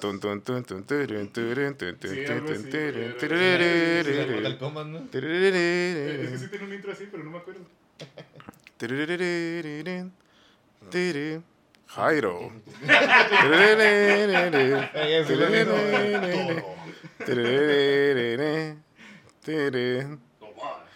Tun, tun, tun, tun, turun, turun, tun, tun, Sí, tun, algo tun, así, turun, pero- tururururu, Sí, Mortal Kombat, ¿no? Eh, Es que tururururu, sí tiene un intro así, pero no me acuerdo. turururururun, turu. Jairo. Turururururu, Eh, eh, sí, lo mismo, eh. turururururu, turururururu, turun.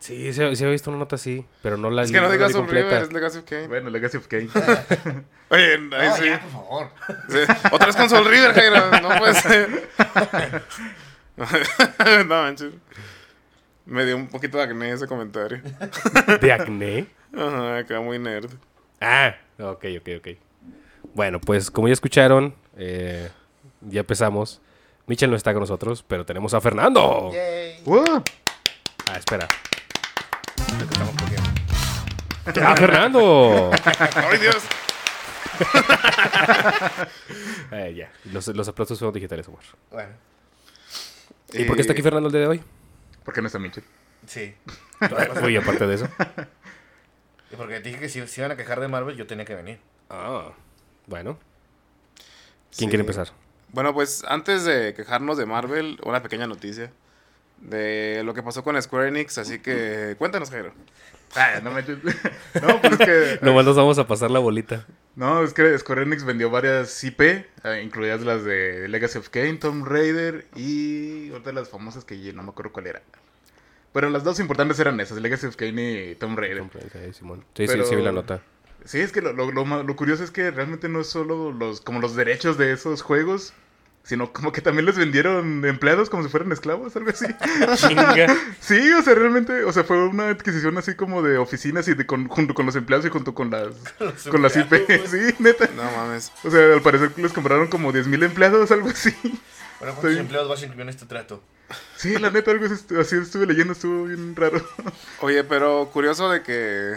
Sí, se, se ha visto una nota así, pero no la Es que no la digas leí un River, completa. es Legacy of Kane. Bueno, Legacy of Kane. Oye, ahí Ah, sí. ya, por favor. Sí. Otra vez con Soul River, Jairo. No puede ser. no, manches. Me dio un poquito de acné ese comentario. ¿De acné? Ajá, acá muy nerd. Ah, ok, ok, ok. Bueno, pues como ya escucharon, eh, ya empezamos. Michel no está con nosotros, pero tenemos a Fernando. Yay. ¡Wow! Ah, espera. ¡Ah, Fernando! ¡Ay, Dios! Eh, ya, los, los aplausos fueron digitales, amor. Bueno, ¿Y por qué está Eh. aquí Fernando el día de hoy? ¿Por qué no está Mitchell? sí. Uy, aparte de eso. Y porque dije que si se iban a quejar de Marvel, yo tenía que venir. Ah, bueno. ¿Quién quiere empezar? Bueno, pues antes de quejarnos de Marvel, una pequeña noticia de lo que pasó con Square Enix, así que cuéntanos, Jairo. Ah, no Mitchell. no, pues es que. Nomás nos vamos a pasar la bolita. No, es que Square Enix vendió varias IP, eh, incluidas las de Legacy of Kane, Tomb Raider y otra de las famosas que no me acuerdo cuál era. Pero las dos importantes eran esas, Legacy of Kane y Tomb Raider. Sí, Simón. Sí, Pero- sí, sí, vi la nota. Sí, es que lo, lo- lo ma- lo curioso es que realmente no es solo los, como los derechos de esos juegos, sino como que también les vendieron empleados como si fueran esclavos, algo así. sí, o sea, realmente, o sea, fue una adquisición así como de oficinas y de con- junto con los empleados y junto con las, con las IP, sí, neta. No mames. O sea, al parecer les compraron como 10.000 empleados, algo así. Bueno, ¿cuántos Sí. empleados vas a incluir en este trato? Sí, la neta, algo así, estu- así estuve leyendo, estuvo bien raro. Oye, pero curioso de que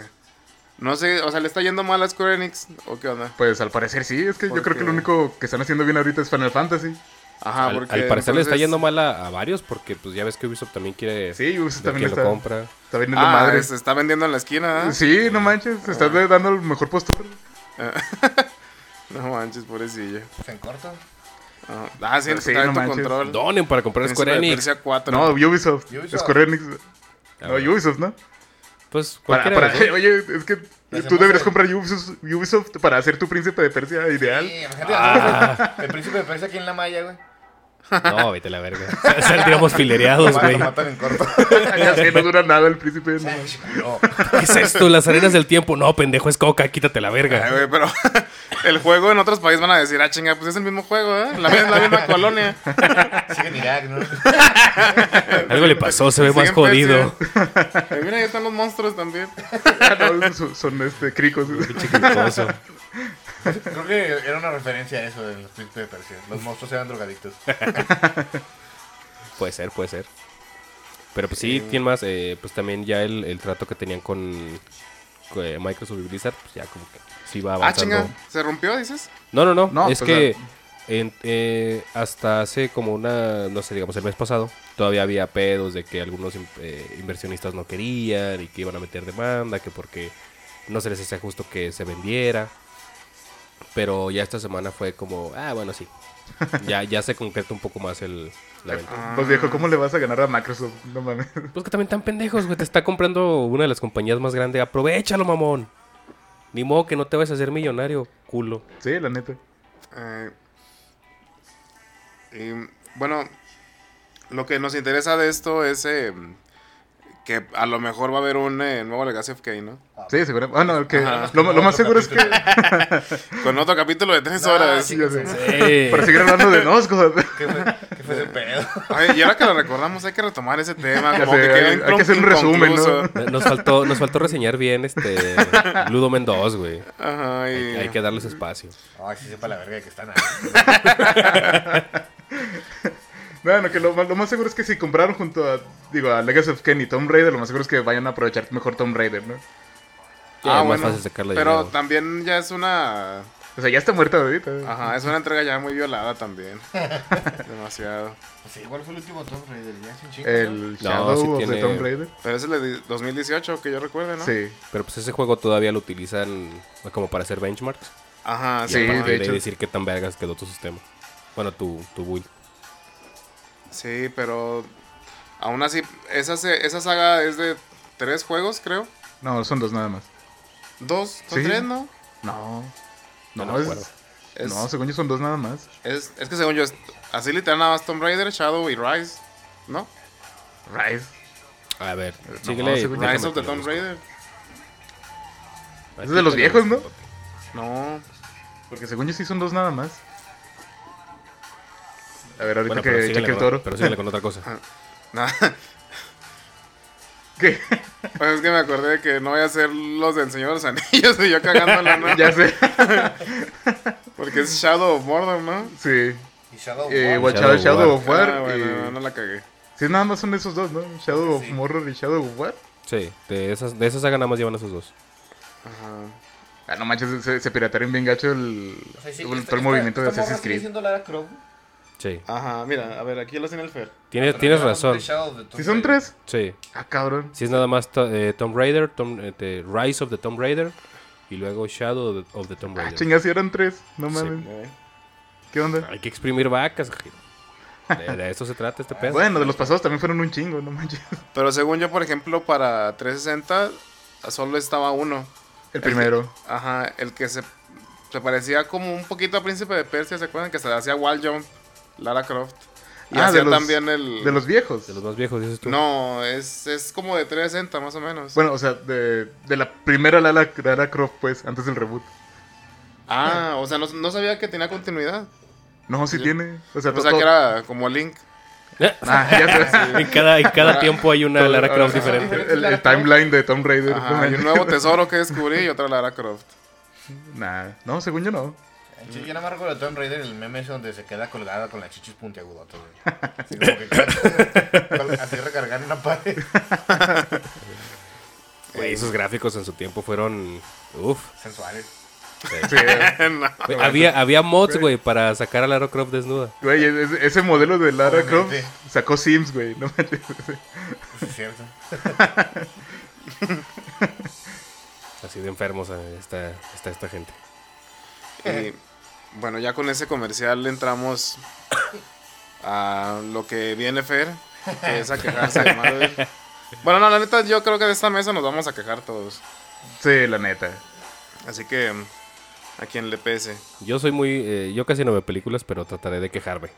no sé, o sea, le está yendo mal a Square Enix o qué onda. Pues al parecer sí, es que yo creo que Porque- lo único que están haciendo bien ahorita es Final Fantasy. Ajá, al, Ah, porque al parecer le está entonces- yendo mal a, a varios porque pues ya ves que Ubisoft también quiere Sí, Ubisoft ver también quién está- lo compra. Está bien de Ah, madre. se está vendiendo en la esquina. ¿ah? Sí, no manches, te estás dando el mejor postor. No manches, pobrecilla. ¿Se en corto? Ajá. Ah, sí, Pero sí, está en no tu manches. control. Donen para comprar Príncipe Square de Enix. Persia 4. No, Ubisoft, Ubisoft. Square Enix. Ah, No, bueno. Ubisoft, ¿no? Pues Para, cualquiera para- de los dos. oye, es que hacemos tú deberías el- comprar Ubisoft, Ubisoft para hacer tu príncipe de Persia ideal. Sí, imagínate. Ah. El príncipe de Persia aquí en la malla, güey. No, vete a la verga. Saldríamos filereados, Lo güey. matan en corto. Ya sé, no dura nada el príncipe. no. No. ¿Qué es esto? Las arenas del tiempo. No, pendejo, es coca. Quítate la Ay, verga. güey, pero el juego en otros países van a decir, ah, chinga, pues es el mismo juego, ¿eh? La, la misma colonia. Sigue en Irak, ¿no? Algo le pasó, se ve más Siempre, jodido. sí. Eh, mira, ahí están los monstruos también. Ah, no, son, son, este, cricos. Pinche cricoso. Creo que era una referencia a eso de los príncipes de Persia. Los monstruos eran drogadictos. Puede ser, puede ser. Pero pues sí, ¿quién más? Eh, pues también ya el, el trato que tenían con, con, eh, Microsoft y Blizzard, pues ya como que sí va Ah, avanzando. chinga, ¿se rompió, dices? No, no, no. No, es pues, que en- eh, hasta hace como una, no sé, digamos el mes pasado, todavía había pedos de que algunos in- eh, inversionistas no querían y que iban a meter demanda, que porque no se les hacía justo que se vendiera. Pero ya esta semana fue como, ah, bueno, sí. Ya, ya se concreta un poco más el, la venta. Pues viejo, ¿cómo le vas a ganar a Microsoft? No mames. Pues que también están pendejos, güey. Te está comprando una de las compañías más grandes. Aprovechalo, mamón. Ni modo que no te vas a hacer millonario, culo. Sí, la neta. Eh, y, bueno, lo que nos interesa de esto es eh, que a lo mejor va a haber un eh, nuevo Legacy of Kane, ¿no? Sí, seguramente. Ah, no, que Ajá. lo, lo más seguro es que. Con otro capítulo de tres No, horas. sí. Ya sé. Eh, Para seguir hablando de Nosco. ¿Qué fue, qué fue ese pedo? Ay, y ahora que lo recordamos, hay que retomar ese tema. Ya Como sé, que queda hay- hay que hacer un resumen, ¿no? inconcluso. Nos faltó, nos faltó reseñar bien este Ludo Mendoza, güey. Ajá, y- Hay que darles espacio. Ay, sí sepa la verga de que están ahí. Bueno, que lo, más- lo más seguro es que si compraron junto a, digo, a Legacy of Ken y Tomb Raider, lo más seguro es que vayan a aprovechar mejor Tomb Raider, ¿no? Ah, Sí, es más fácil sacarle ah, Pero dinero. también ya es una. O sea, ya está muerta ahorita. Ajá, es una entrega ya muy violada también. Demasiado. Pues sí, igual fue el último Tomb Raider, ya sin chingo. El sí Shadow of tiene- the Tomb Raider. Pero es el de di- 2018, que yo recuerde, ¿no? Sí. Pero pues ese juego todavía lo utilizan como para hacer benchmarks. Ajá, Y sí. a partir Ah, de de hecho. decir qué tan vergas quedó tu sistema. Bueno, tu, tu build. Sí, pero. Aún así, esa, se- esa saga es de tres juegos, creo. No, son dos nada más. Dos, son Sí. tres, ¿no? No. No No, me acuerdo. es, Es, no, según yo son dos nada más. es, es que según yo, es- así literal nada más Tomb Raider, Shadow y Rise, ¿no? Rise. A ver, No, síguele. según yo- déjame Rise of que the lo Tomb busco. Raider. Aquí Es de los tenemos, viejos, ¿no? papi. No. Porque según yo sí son dos nada más. A ver, ahorita Bueno, pero que síguele cheque el con- toro. Pero síguele con otra cosa. Nada. ¿Qué? Pues es que me acordé de que no voy a hacer los del Señor de los Anillos y yo cagándola, ¿no? ya sé. Porque es Shadow of Mordor, ¿no? Sí. Y Shadow of Eh, War. Watch Oh, Shadow Out, Shadow of of War. Ah, bueno, y- no, no la cagué. Sí, nada más son esos dos, ¿no? Shadow of Sí. Mordor y Shadow of War. Sí, de esas, de esas saga nada más llevan esos dos. Ajá. Ah, no manches, se, se piratearon bien gacho el, O sea, sí, el- esta- todo el esta- movimiento de esta morra Assassin's sigue Creed. siendo Lara Croft. Sí. Ajá, mira, a ver, aquí lo tiene el Fer. Tienes, Pero tienes no, no, razón. de Shadow of the Tomb ¿Sí son Raider. tres? Sí. Ah, cabrón. Si es nada más to- eh, Tomb Raider, Tomb- eh, de Rise of the Tomb Raider y luego Shadow of the, of the Tomb Ah, Raider. chingas, si eran tres. No Sí. mames. Ya ven. ¿Qué onda? Hay que exprimir vacas. Gil. De, de eso se trata este pedo. Bueno, de los pasados también fueron un chingo, no manches. Pero según yo, por ejemplo, para 360 solo estaba uno. El primero. Ajá, el que se, se parecía como un poquito a Príncipe de Persia, ¿se acuerdan? Que se le hacía wall jump, Lara Croft. Y Ah, hacía de los- también el... De los viejos. De los más viejos, dices tú. No, es, es como de 360 más o menos. Bueno, o sea, de, de la primera Lara, Lara Croft, pues, antes del reboot. Ah, o sea, no, no sabía que tenía continuidad. No, sí tiene. O sea, O sea, todo- que era como Link. Ah, ya sé. en, cada, en cada tiempo hay una Lara Croft Ahora, diferente. El, el timeline de Tomb Raider. Ajá, y un nuevo tesoro que descubrí y otra Lara Croft. Nah, no, según yo no. Sí, yo nada más recuerdo de Tomb Raider el meme ese donde se queda colgada con las chichis puntiagudotas, güey. Así como que- col- Así recargar una pared. Güey, esos gráficos en su tiempo fueron. Uf. Sensuales. Sí, No. Ah, Güey, había, había mods, güey, para sacar a Lara Croft desnuda. güey, es- es- ese modelo de Lara Croft Obviamente. sacó Sims, güey. No manches. Eso es cierto. Así de enfermos eh, está, está esta gente. Y bueno, ya con ese comercial entramos a lo que viene Fer, que es a quejarse de Marvel. Bueno, no, la neta, yo creo que de esta mesa nos vamos a quejar todos. Sí, la neta. Así que mm, a quien le pese. Yo soy muy. eh, yo casi no veo películas, pero trataré de quejarme.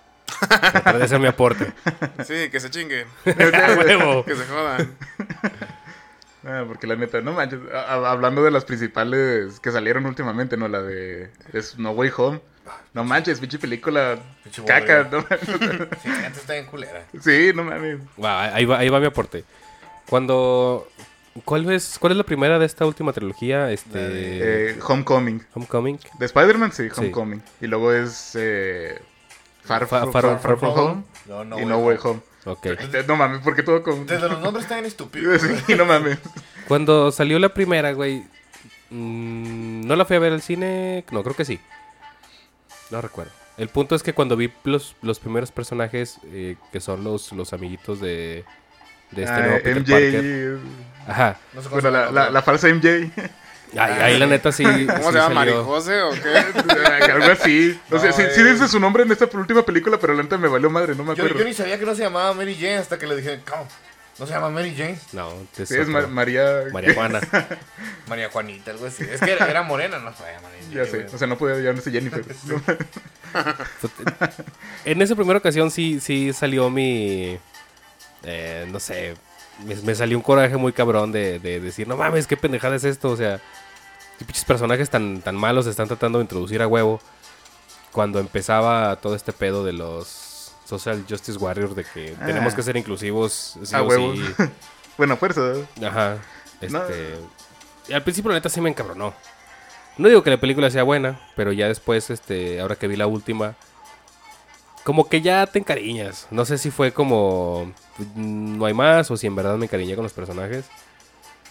trataré de hacer mi aporte. Sí, que se chingue, ¡A huevo! que se jodan. Ah, porque la neta, no manches. a- a- hablando de las principales que salieron últimamente, ¿no? La de es No Way Home. No manches, pinche película. Pinche Caca, bodrio. no mames. Sí, antes está bien culera. Sí, no mames. Va, ahí, va, ahí va mi aporte. Cuando. ¿Cuál es, ¿Cuál es la primera de esta última trilogía? Este. Eh, Homecoming. Homecoming. De Spider-Man, sí, Sí. Homecoming. Y luego es eh, Far, Fa- From- Far- Far Far From From Home No, no. y güey. No Way Home. Ok. Este, No mames, porque todo con... Desde los nombres están estúpidos. güey. Sí, no mames. Cuando salió la primera, güey. mm, no la fui a ver al cine. No, creo que sí. No recuerdo. El punto es que cuando vi los, los primeros personajes eh, que son los, los amiguitos de, de este Ah, nuevo Peter MJ. Parker. eh, Ajá. No sé cómo Bueno, se la, llama, la, la falsa MJ. Ahí, ahí la neta sí. ¿Cómo se llama? ¿Marijose o qué? Algo así. O sea, No, sí, eh. sí dice su nombre en esta última película, pero la neta me valió madre, no me Yo, acuerdo. yo ni sabía que no se llamaba Mary Jane hasta que le dije, ¿cómo? No se llama Mary Jane. No, Sí, es Ma- otro. María... María Juana. María Juanita, algo así. Es que era, era morena, no sabía Mary Jane. Ya sé, güey. o sea, no podía llamarse Jennifer. No, En esa primera ocasión sí, sí salió mi. eh, no sé. Me, me salió un coraje muy cabrón de, de decir, no mames, qué pendejada es esto. O sea, qué pinches personajes tan, tan malos están tratando de introducir a huevo. Cuando empezaba todo este pedo de los Social Justice Warriors, de que Ah. tenemos que ser inclusivos. sí A o huevo. sí. bueno, fuerza. Ajá. Este, No. y Al principio, la neta, sí me encabronó. No digo que la película sea buena, pero ya después, este, ahora que vi la última, como que ya te encariñas. No sé si fue como mm, no hay más o si en verdad me encariñé con los personajes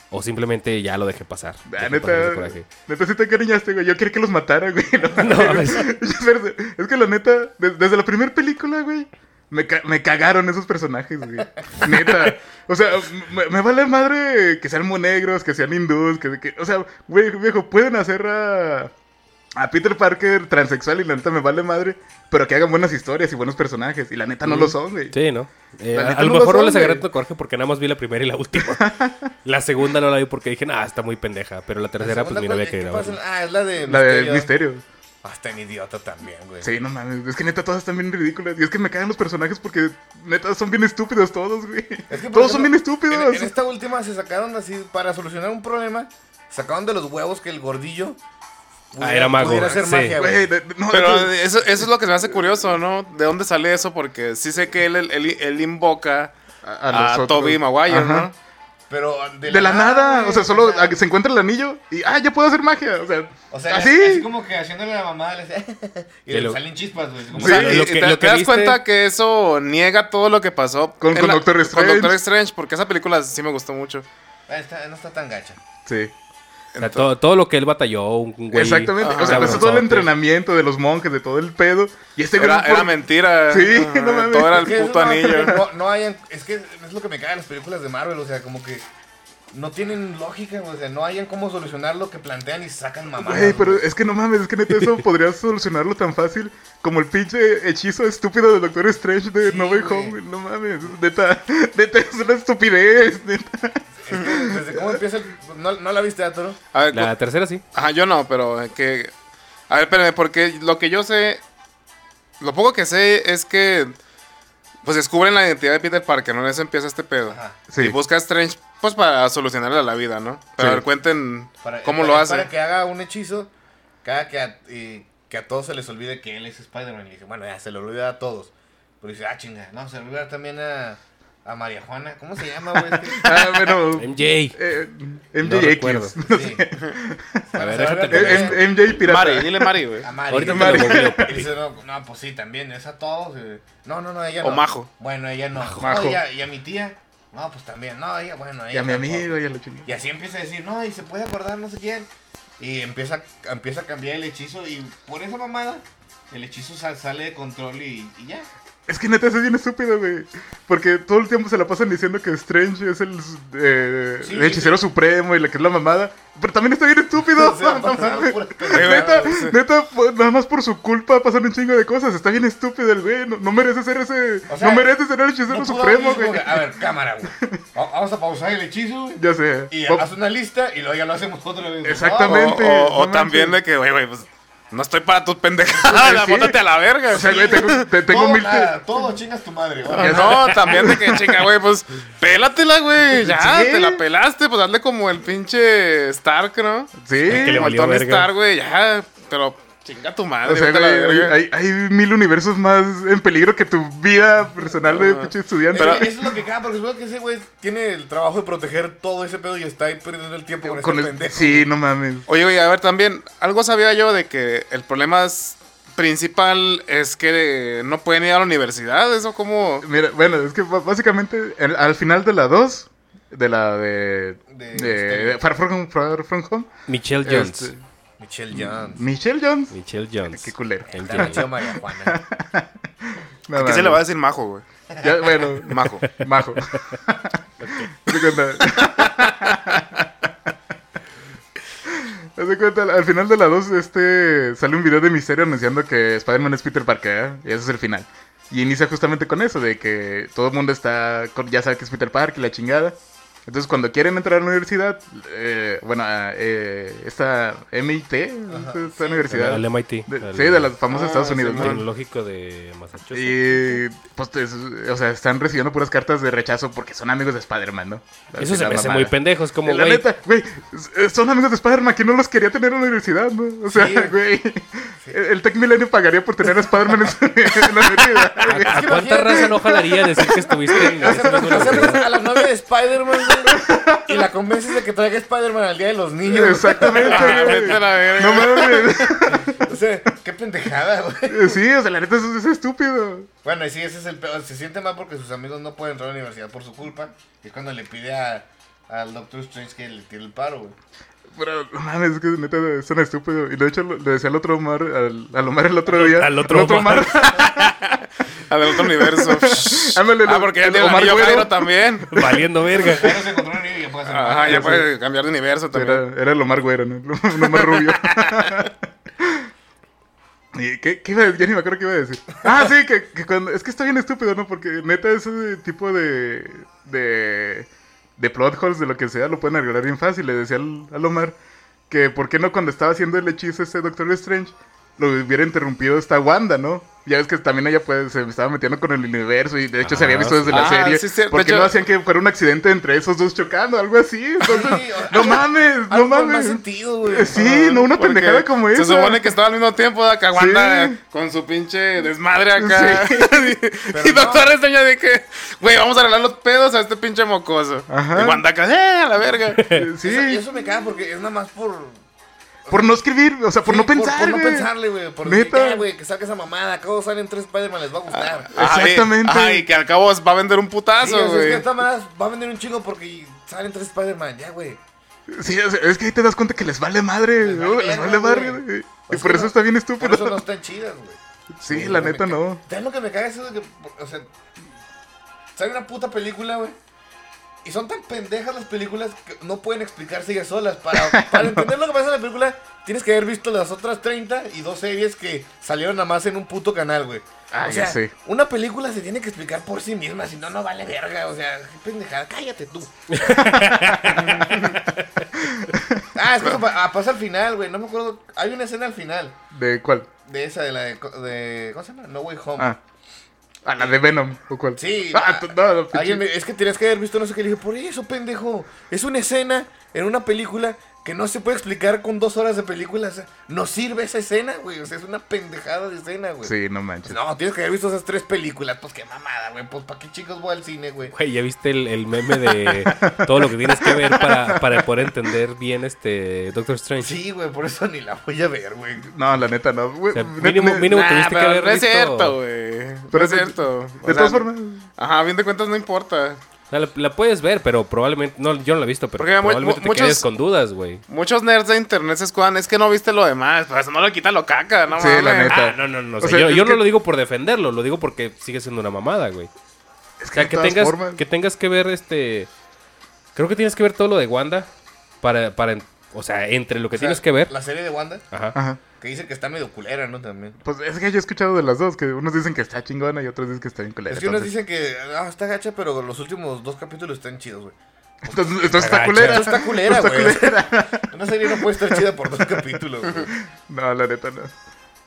o simplemente ya lo dejé pasar. Ah, Dejé pasar ese neta, coraje. neta sí te cariñaste, güey. Yo quería que los matara, güey. No, No, mames. mames. Pero es que la neta, des- desde la primera película, güey, me, ca- me cagaron esos personajes, güey. Neta. O sea, me, me vale madre que sean monegros, que sean hindús, que, que- o sea, güey, viejo, pueden hacer a, a Peter Parker transexual y la neta me vale madre, pero que hagan buenas historias y buenos personajes. Y la neta no lo son, güey. Mm. Sí, ¿no? Eh, La a, neta a lo no lo mejor no son, les agarré güey. tanto coraje porque nada más vi la primera y la última. la segunda no la vi porque dije, nah, está muy pendeja. Pero la tercera, pues segunda, mira, ¿cuál- había qué querido pasa? verla. Ah, es la de La de Misterio. Misterio. Hasta en idiota también, güey. Sí, no mames. Es que neta todas están bien ridículas. Y es que me cagan los personajes porque neta son bien estúpidos todos, güey. Es que, por todos ejemplo, son bien estúpidos. En, este, en esta última se sacaron así, para solucionar un problema, sacaron de los huevos que el gordillo Ah, era mago, pudiera hacer sí. magia, güey. Güey, de- de- no, Pero de- eso, eso es lo que me hace curioso, ¿no? ¿De dónde sale eso? Porque sí sé que él, él, él invoca a, los otros. Toby Maguire, Ajá. ¿no? Pero de De la nada, Ah, güey, o sea, solo o sea, a- se encuentra el anillo y ah, ya puedo hacer magia. O sea, o sea, así. así, así como que haciéndole la mamada le hace- y Y le lo- salen chispas, güey. como "Ah, O sea, Sí. y- lo y que- te, lo te que das viste- cuenta que eso niega todo lo que pasó Con- en con Doctor Strange. Doctor Strange, porque esa película sí me gustó mucho. Ah, está- no está tan gacha. Sí. O sea, todo, todo lo que él batalló, un un güey. Exactamente. ajá. O sea, Era pues, todo el entrenamiento de los monjes, de todo el pedo. Y este ah, Era, grupo- era mentira. Sí, Ajá, no mames. Todo era Es que el eso puto no- anillo. No, no hayan, es que es lo que me cae en las películas de Marvel, o sea, como que no tienen lógica, güey, o sea, no hayan cómo solucionar lo que plantean y sacan mamadas. Güey, pero güey. es que no mames, es que neta eso podría solucionarlo tan fácil como el pinche hechizo estúpido del Doctor Strange de Sí, No Way güey. Home, güey. No mames, neta, neta es una estupidez, neta. Es que desde cómo empieza el- no, no la viste, Atoro. A ver, La tercera sí. Ajá, yo no, pero es que. A ver, espérame, porque lo que yo sé. Lo poco que sé es que. Pues descubren la identidad de Peter Parker, ¿no? En eso empieza este pedo. Ajá. Sí. Y busca a Strange, pues para solucionarle la vida, ¿no? Pero Sí. a ver, cuenten Para, cómo para- lo hace. Para que haga un hechizo, cada que a, y que a todos se les olvide que él es Spider-Man. Y dice, bueno, ya se le olvida a todos. Pero dice, ah, chinga, no, se le olvida también a, a María Juana. ¿Cómo se llama, güey? Es que- Ah, bueno, MJ. eh, No recuerdo. MJX. Sí. A ver, Se le déjate olvida lo- también Eh, em- MJ Pirata. Mari, dile Mari, güey. A Mari. Ahorita Y te lo googleo, Y dice, no, no, pues sí, también, es a todos. eh. No, no, no, ella O no. Majo. Bueno, ella no. Majo. No, y, a, y a mi tía. No, pues también, no, ella, bueno, ella. Y a mi tampoco. amigo, y a la chingada. Y así empieza a decir, no, y se puede acordar no sé quién. Y empieza, empieza a cambiar el hechizo y por esa mamada el hechizo sal- sale de control y, y ya. Es que neta, eso es bien estúpido, güey. Porque todo el tiempo se la pasan diciendo que Strange es el eh, Sí. el hechicero supremo y la que es la mamada. Pero también está bien estúpido. Se la no pasan mames. pura Neta, pendejada, güey. neta, po- nada más por su culpa pasan un chingo de cosas. Está bien estúpido el güey. No, no merece ser ese. O sea, no merece ser el hechicero No pudo haber supremo, dicho como güey. que, A ver, cámara, güey. Va- Vamos a pausar el hechizo güey, Ya sé. y Va- haz una lista y luego ya lo hacemos otra vez. O, Exactamente. Vente, o- o no también de manches. que, güey, güey, pues. No estoy para tus pendejadas, Sí. bótate a la verga. O sea, güey, tengo, te- Tengo tengo todo, mil. te- nada, todo chingas tu madre. güey. Ah, No, también de que chinga, güey, pues pélatela, güey. Ya, Sí. te la pelaste, pues hazle como el pinche Stark, ¿no? Sí. que Como le el valió Tony verga. Stark, güey, ya, pero chinga tu madre. O sea, vete a la güey, verga. hay, hay mil universos más en peligro que tu vida personal de pinche Es- estudiante. eso es lo que caga, porque supongo que ese güey tiene el trabajo de proteger todo ese pedo y está ahí perdiendo el tiempo con, Con este el- pendejo. sí, no mames. Oye, güey, a ver, también, algo sabía yo de que el problema es- principal es que no pueden ir a la universidad, eso como... Mira, bueno, es que b- básicamente el- al final de la 2, de la de, De- este. de- de Far, From, Far From Home, Michelle Jones. este, Michelle Jones. Michelle Jones. Michelle Jones. Qué culero. Está MJ. chido María Juana. No ¿Qué mames. se le va a decir majo, güey? Ya, bueno, Majo. majo. Haz de cuenta. Haz de cuenta, al- al final de la 2 este, sale un video de misterio anunciando que Spider-Man es Peter Parker, ¿eh? y ese es el final. Y inicia justamente con eso, de que todo el mundo está, con- ya sabe que es Peter Parker y la chingada. Entonces cuando quieren entrar a la universidad, eh, bueno, a, eh, esta MIT, esta universidad, Al MIT. de- al- sí, de las famosas Ah, Estados Unidos, Simón. ¿no? Tecnológico de Massachusetts. Y pues, es- o sea, están recibiendo puras cartas de rechazo porque son amigos de Spider-Man, ¿no? Eso se La me hace mamada. muy pendejo. Es como, Eh, La güey, neta, güey, s- eh, son amigos de Spider-Man que no los quería tener en la universidad, ¿no? O sea, Sí. güey, el el Tech Milenio pagaría por tener a Spider-Man en, su- en la universidad. ¿a, a cuánta raza no jalaría decir que estuviste en... Hacer- hacer- A la novia de Spider-Man, y la convences de que traiga Spider-Man al día de los niños. Exactamente, Ah, güey. vete a la verga. No mames. O sea, qué pendejada, güey. Sí, o sea, la neta es, es estúpido. Bueno, y sí, ese es el peor. Se siente mal porque sus amigos no pueden entrar a la universidad por su culpa. Y es cuando le pide a- al Doctor Strange que le tire el paro, güey. Pero no mames, es que neta es tan estúpido. Y de hecho lo- le decía al otro Omar, al, al Omar el otro día. al otro Omar. Al otro universo. Ándale, ah, lo- porque ya el tiene el Omar anillo güero. Jairo también. Valiendo verga. Pero se encontró un niño y ya puede hacer Ah, Ajá, nada. ya puede cambiar de universo también. Era, era el Omar Güero, ¿no? El Omar Rubio. ¿Y qué, qué iba a decir? Ya ni me acuerdo qué iba a decir. Ah, sí, que, que cuando... Es que está bien estúpido, ¿no? Porque neta ese tipo de... De, de plot holes, de lo que sea, lo pueden arreglar bien fácil. Le decía al, al Omar que por qué no cuando estaba haciendo el hechizo este Doctor Strange lo hubiera interrumpido esta Wanda, ¿no? Ya ves que también ella pues se estaba metiendo con el universo y de hecho se había Ah, visto desde ah, la serie. sí, sí, de porque hecho- no hacían que fuera un accidente entre esos dos chocando, algo así. Entonces, Sí, o- no mames, no Algo con más mames. Eh, sentido, güey. Sí, no, una Porque pendejada como se esa. supone que estaba al mismo tiempo de Acaguanda Sí. con su pinche desmadre acá. Sí. y doctor Estrella de que, güey, vamos a arreglar los pedos a este pinche mocoso. Ajá. Y Wanda acá, ¡eh, a la verga! Eh, Sí, Eso, eso me caga porque es nada más por... por no escribir, o sea, por Sí, no pensar. Por, no güey. pensarle, güey. Por Neta. Ah. decir, "Ya, güey, que saque esa mamada. Acabo salen tres Spider-Man, les va a gustar. Ajá, y- Exactamente. Ajá, y que al cabo va a vender un Sí, putazo, o sea, es güey. que esta más va a vender un chingo porque salen tres Spider-Man, ya, güey. Sí, o sea, es que ahí te das cuenta que les vale madre. Les Les vale vale, verga, madre. güey. eh, Y Es por que eso no- está bien Por eso no estúpido. están chidas, güey. Sí, la Lo que neta me ca- no. ¿Sabes lo que me caga eso de que, o sea, sale una puta película, güey? Y son tan pendejas las películas que no pueden explicarse ellas solas. Para, para entender lo que pasa en la película, tienes que haber visto las otras 30 y dos series que salieron nada más en un puto canal, güey. Ah, o ya sea, sé. una película se tiene que explicar por sí misma, si no, no vale verga. O sea, qué pendejada, cállate tú. ah, es que eso pa- ah, pasa al final, güey. No me acuerdo. Hay una escena al final ¿De cuál? de esa, de la de. co- de- ¿Cómo se llama? No Way Home. Ah. A la de Venom, ¿o cuál? Sí, Ah, la- t- no, no, pinche- Alguien me- es que tenías que haber visto no sé qué. Le dije, por eso, pendejo. Es una escena en una película que no se puede explicar con dos horas de película. O sea, no sirve esa escena, güey. O sea, es una pendejada de escena, güey. Sí, no manches. No, tienes que haber visto esas tres películas. Pues qué mamada, güey. Pues para qué chicos voy al cine, güey. Güey, ¿ya viste el, el meme de todo lo que tienes que ver para, para poder entender bien este Doctor Strange? Sí, güey, por eso ni la voy a ver, güey. No, la neta no. güey. O sea, Ne- mínimo- ne- mínimo Nah, tuviste que pero haber no es visto- cierto, güey. No Pero es de- cierto. O De sea, todas formas. Ajá, a bien de cuentas no importa. O sea, la, la puedes ver, pero probablemente. No, yo no la he visto, pero Porque mu- probablemente mu- te muchos- quedes con dudas, güey. Muchos nerds de internet se escudan, es que no viste lo demás, pues eso no le quita lo caca, no Sí, mames. la neta. Ah, no, no, no. o O sea, sea, yo es yo no que- lo digo por defenderlo, lo digo porque sigue siendo una mamada, güey. Es O sea, de que todas tengas, formas- que tengas que ver este. Creo que tienes que ver todo lo de Wanda. Para. para o sea, entre lo que O sea, tienes que ver. La serie de Wanda, Ajá. Ajá. que dice que está medio culera, ¿no? También. Pues es que yo he escuchado de las dos, que unos dicen que está chingona y otros dicen que está bien culera. Es que unos entonces- dicen que ah, está gacha, pero los últimos dos capítulos están chidos, güey. Entonces, entonces está Agacha. culera. Entonces está culera, Está güey. Una serie no puede estar chida por dos capítulos, güey. No, la neta no.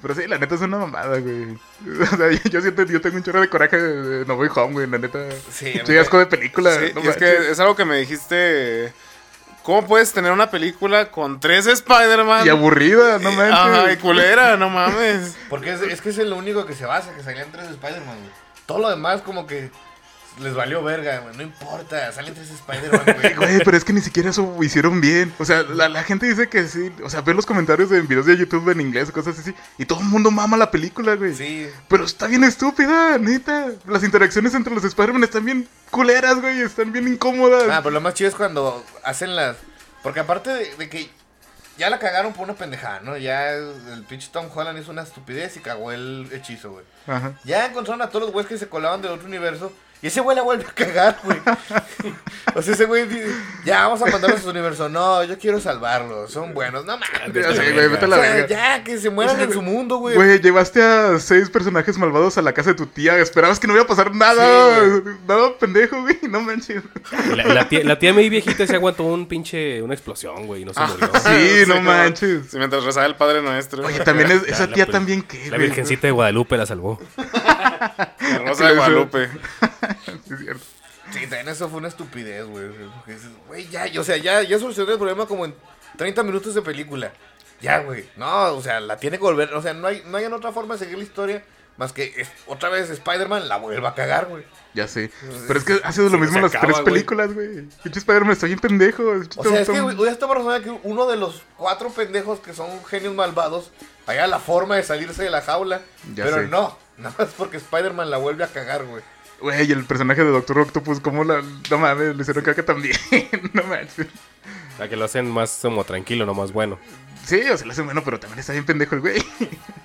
Pero sí, la neta es una mamada, güey. O sea, yo, yo siento, yo tengo un chorro de coraje de, de No Voy Home, güey, la neta. Sí, a mí Soy asco de película. Sí, no y es que manches. es algo que me dijiste. ¿Cómo puedes tener una película con tres Ah, Spider-Man? Y aburrida, no Eh, manches. Ajá, y culera, no mames. Porque es, es que es en lo único que se basa, que salían tres Spider-Man, güey. Todo lo demás como que les valió verga, güey. No importa, salen tres Spider-Man, güey. Güey, pero es que ni siquiera eso hicieron bien. O sea, la, la gente dice que sí. O sea, ve los comentarios en videos de YouTube en inglés, cosas así. Y todo el mundo mama la película, güey. Sí. Pero está bien estúpida, neta. Las interacciones entre los Spider-Man están bien culeras, güey. Están bien incómodas. Ah, pero lo más chido es cuando hacen las... Porque aparte de, de que ya la cagaron por una pendejada, ¿no? Ya el pinche Tom Holland hizo una estupidez y cagó el hechizo, güey. Ajá. Ya encontraron a todos los güeyes que se colaban del otro universo. Y ese güey la vuelve a cagar, güey. o sea, ese güey dice, ya vamos a mandarlos a su universo. No, yo quiero salvarlos, son buenos. No mames. Ya sé, güey. güey, vete a la O sea, verga. ya, que se mueran en su mundo, güey. Güey, llevaste a seis personajes malvados a la casa de tu tía. Esperabas que no iba a pasar Sí, nada. nada pendejo, güey. No manches. La, la tía, la tía May viejita se aguantó un pinche. Una explosión, güey. y No se murió. Ah, Sí, no como- manches. sí, mientras rezaba el Padre Nuestro. Oye, también es- Ya, esa la tía peli- también que, La virgencita de Guadalupe la salvó. la Rosa de Guadalupe. Sí, es cierto. Sí, también eso fue una estupidez, güey. Porque dices, Güey, ya, y, o sea, ya, ya solucioné el problema como en 30 minutos de película. Ya, güey. No, o sea, la tiene que volver. O sea, no hay, no hay en otra forma de seguir la historia Más que es- otra vez Spider-Man la vuelva a cagar, güey. Ya sé. Pero es que ha sido lo mismo en las acaba, tres güey. películas, güey. Pinche Spider-Man está bien pendejo. O sea, es que güey, ya estamos razonando que uno de los cuatro pendejos que son genios malvados haya la forma de salirse de la jaula. Ya pero sé. no, nada más porque Spider-Man la vuelve a cagar, güey. Güey, el personaje de Doctor Octopus, como la. No mames, le hicieron caca también. no mames. O sea, que lo hacen más como tranquilo, no más bueno. Sí, o sea, lo hace bueno, pero también está bien pendejo el güey.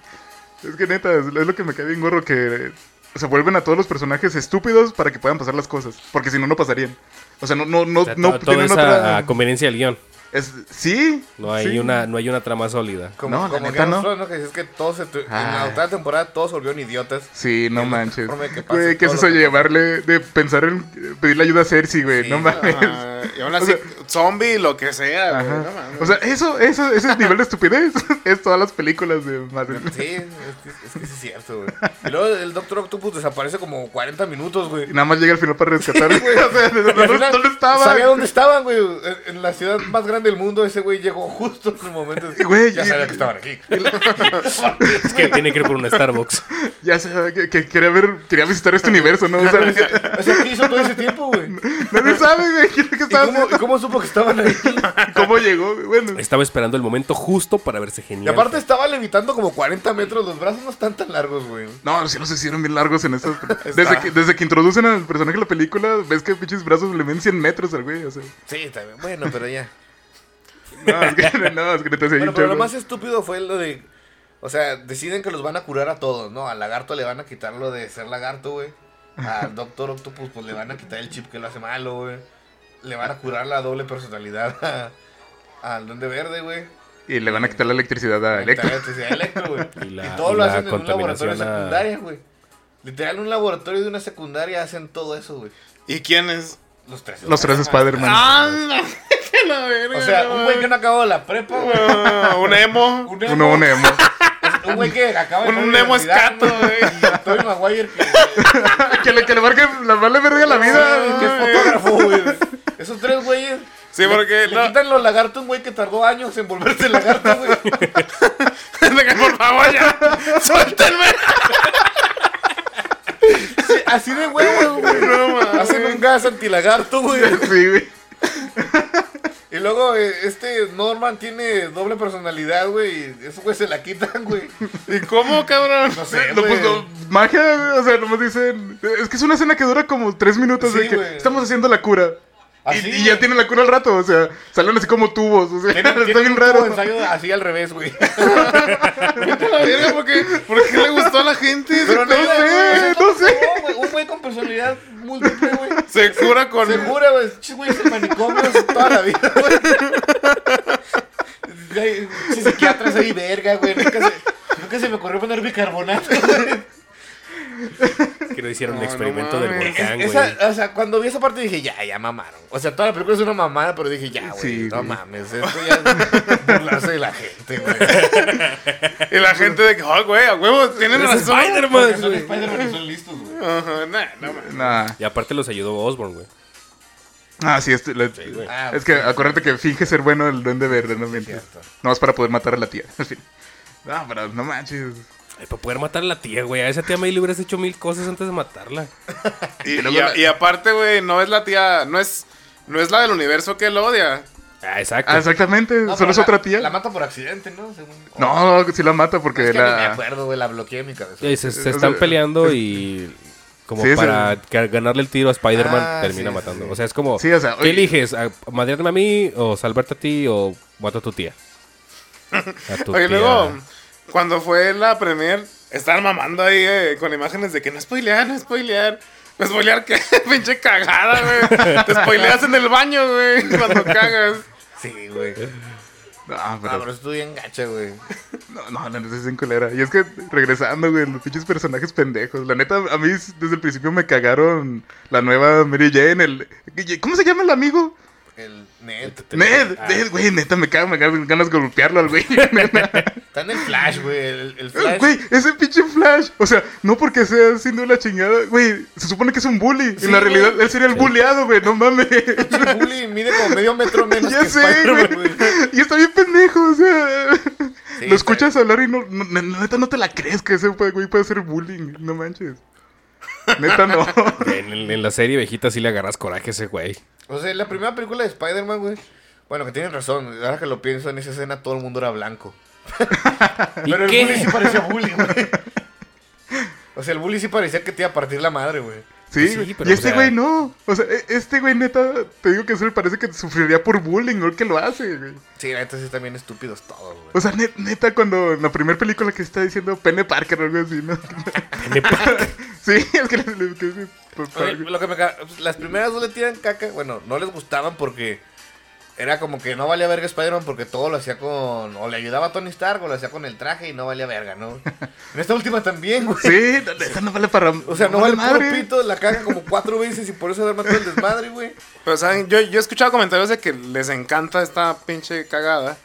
es que neta, es es lo que me cae bien gorro que se vuelven a todos los personajes estúpidos para que puedan pasar las cosas. Porque si no, no pasarían. O sea, no, no, no, O sea, no to- todo tienen es a- otra. a conveniencia del guión. Es- sí. No hay, sí. una, no hay una trama sólida. Como, No, la como neta, Game of no. Thrones, ¿no? Que dices que todos se tu- en la Ah. otra temporada todos se volvieron idiotas. Sí, no Es la manches. forma de que pase Güey, ¿qué es todo eso lo de que- llamarle, de pensar en pedirle ayuda a Cersei, güey? Sí, no no, mames. Ah, y aún así, zombie, lo que sea, güey, Ajá. no mames. o sea, eso, eso, ese nivel de estupidez es todas las películas de Marvel. Sí, es que, es que sí es cierto, güey. Y luego el Doctor Octopus desaparece como 40 minutos, güey. Y nada más llega al final para rescatar. o sea, ¿dó- Y al ¿dónde, final dónde estaba? Sabía dónde estaban, güey. En- En la ciudad más grande del mundo, ese güey llegó justo en el momento. Güey, ya y- sabía que estaban aquí. Es que tiene que ir por un Starbucks. Ya sé, que, que quería ver, quería visitar este universo, ¿no? O sea, O sea, ¿qué hizo todo ese tiempo, güey? nadie sabe, güey, qué es lo que ¿Y estaba cómo, y haciendo. cómo supo que estaban ahí? ¿Cómo llegó? güey? Bueno, Estaba esperando el momento justo para verse Y genial. aparte estaba levitando como 40 metros. Los brazos no están tan largos, güey. no, sí los hicieron bien largos en esas. Desde que, desde que introducen al personaje en la película, ves que pinches brazos le ven 100 metros al güey. O sea, Sí, también. Bueno, pero ya. no, es que no, es que neta, sí, hay Bueno, un pero chorro. lo más estúpido fue lo de. O sea, deciden que los van a curar a todos, ¿no? Al lagarto le van a quitar lo de ser lagarto, güey. Al doctor Octopus, pues le van a quitar el chip que lo hace malo, güey. Le van a curar la doble personalidad a- al Duende Verde, güey. Y le van a quitar la electricidad a Electro. Electro. Electro, güey. Y la- Y todo y lo la hacen en un laboratorio de contaminación a- secundaria, güey. Literal, un laboratorio de una secundaria hacen todo eso, güey. ¿Y quién es? Los tres. Los tres Spider-Man. ¡Ah, que la verga! O sea, un güey que no acabó la prepa, güey. Ah, un emo. Un emo. Uno, un emo. Un güey que acaba Un- entrar un a la emo universidad, escato, ¿no? güey. Y Tobey Maguire que, que le, que le marque, la vale verga la vida. que es fotógrafo, güey. Esos tres güeyes. Sí, porque Le no. quitan los lagartos, un güey que tardó años en volverse lagarto, güey. Venga, por favor, ya. Suéltenme. Así de huevos, güey. No mames. Hacen un gas antilagarto, güey. Sí, güey. Y luego eh, este Norman tiene doble personalidad, güey. y Esos güey se la quitan, güey. ¿Y cómo, cabrón? No sé, No, güey. pues, no, magia, güey, o sea, nomás dicen. Es que es una escena que dura como tres minutos Sí, de que güey. estamos haciendo la cura. Y- Así, y, güey. ya tienen la cura al rato, o sea, salen así como tubos, o sea, Tienen- está tienen bien un raro. tubo de ensayo así al revés, güey. La verga, ¿por qué, por qué le gustó a la gente? Pero no nada, sé, güey, eso no sé. no, güey, Un güey con personalidad múltiple, güey. Se cura con. Segura, güey. Chis, güey, es el manicomio toda la vida, güey. Si psiquiatras ahí, verga, güey. Nunca se, nunca se me ocurrió poner bicarbonato, güey. Que no hicieron No, un no experimento del mames. volcán, güey. Esa, o sea, cuando vi esa parte dije, ya, ya mamaron. O sea, toda la película es una mamada, pero dije, ya, güey, Sí, no güey. mames. Esto ya es burlarse de la gente, güey. Y la gente de que, oh, güey, a huevo, tienen Pero es razón. Spider-Man, Son güey. Spider-Man, son listos, güey. Ajá, nah, no mames. Nah. Y aparte los ayudó Osborn, güey. Ah, sí, este- le- güey. Ah, es que acuérdate que finge ser bueno el duende verde, no mientes. cierto. Nomás para poder matar a la tía, al fin. No, pero no manches. Ay, para poder matar a la tía, güey. A esa tía May le hubieras hecho mil cosas antes de matarla. Y, Y luego y a- la- y aparte, güey, no es la tía, no es, no es la del universo que lo odia. Ah, exacto. Ah, exactamente, No, solo pero es la- otra tía. La mata por accidente, ¿no? Según- No, no, sí la mata porque Es que ni me la. acuerdo, güey, la bloqueé en mi cabeza. Y se, se o sea, están peleando y como Sí, es para ga- ganarle el tiro a Spider-Man Ah, termina sí, matando. sí. O sea, es como, Sí, o sea, ¿qué oye- eliges? ¿A- ¿Madrearme a mí o salvarte a ti o mato a tu tía? A tu Oye, tía. luego, cuando fue la premier, estaban mamando ahí eh, con imágenes de que no spoilear, no spoilear. No spoilear, qué pinche cagada, güey. Te spoileas en el baño, güey, cuando cagas. Sí, güey. No, Ah, pero. pero estuve en gacha, güey. No, no, la neta es en culera. Y es que regresando, güey, los pinches personajes pendejos. La neta, a mí s- desde el principio me cagaron la nueva Mary Jane. El... ¿Cómo se llama el amigo? El Ah, net. Ned, Ned, güey, neta, me cago, me cago, me ganas de golpearlo al güey. Está en el Flash, güey. El, el Flash. Güey, ese pinche Flash. O sea, no porque sea haciendo la chingada, güey. Se supone que es un bully. Sí, en la güey. realidad, él sería el bulleado, güey, no mames. El bully mide como medio metro menos ya que sé, Spider-Man, güey. Y está bien pendejo, o sea. Sí, lo escuchas hablar y no, no- ne- neta no te la crees que ese güey puede hacer bullying, no manches. Neta no. En, el- en la serie viejita sí le agarras coraje a ese güey. O sea, la primera película de Spider-Man, güey. Bueno, que tienen razón. Ahora que lo pienso, en esa escena todo el mundo era blanco. ¿Y Pero qué? el bully sí parecía bully, güey. O sea, el bully sí parecía que te iba a partir la madre, güey. Sí, Sí, güey. pero, y o este sea- güey no. O sea, e- este güey neta, te digo que se me parece que sufriría por bullying, ¿no? Que lo hace, güey. Sí, la neta sí están bien estúpidos todos, güey. O sea, ne- neta, cuando en la primera película que está diciendo Pene Parker o algo así, ¿no? sí, es que le, le- que es- pues, Oye, lo que me ca- pues, las primeras dos le tiran caca. Bueno, no les gustaban porque era como que no valía verga Spider-Man porque todo lo hacía con. O le ayudaba a Tony Stark o lo hacía con el traje y no valía verga, ¿no? En esta última también, güey. pues, Sí, esta no vale para. O sea, no vale vale puro pito, la caga como cuatro veces y por eso arma todo el desmadre, güey. Pero saben, yo, yo he escuchado comentarios de que les encanta esta pinche cagada.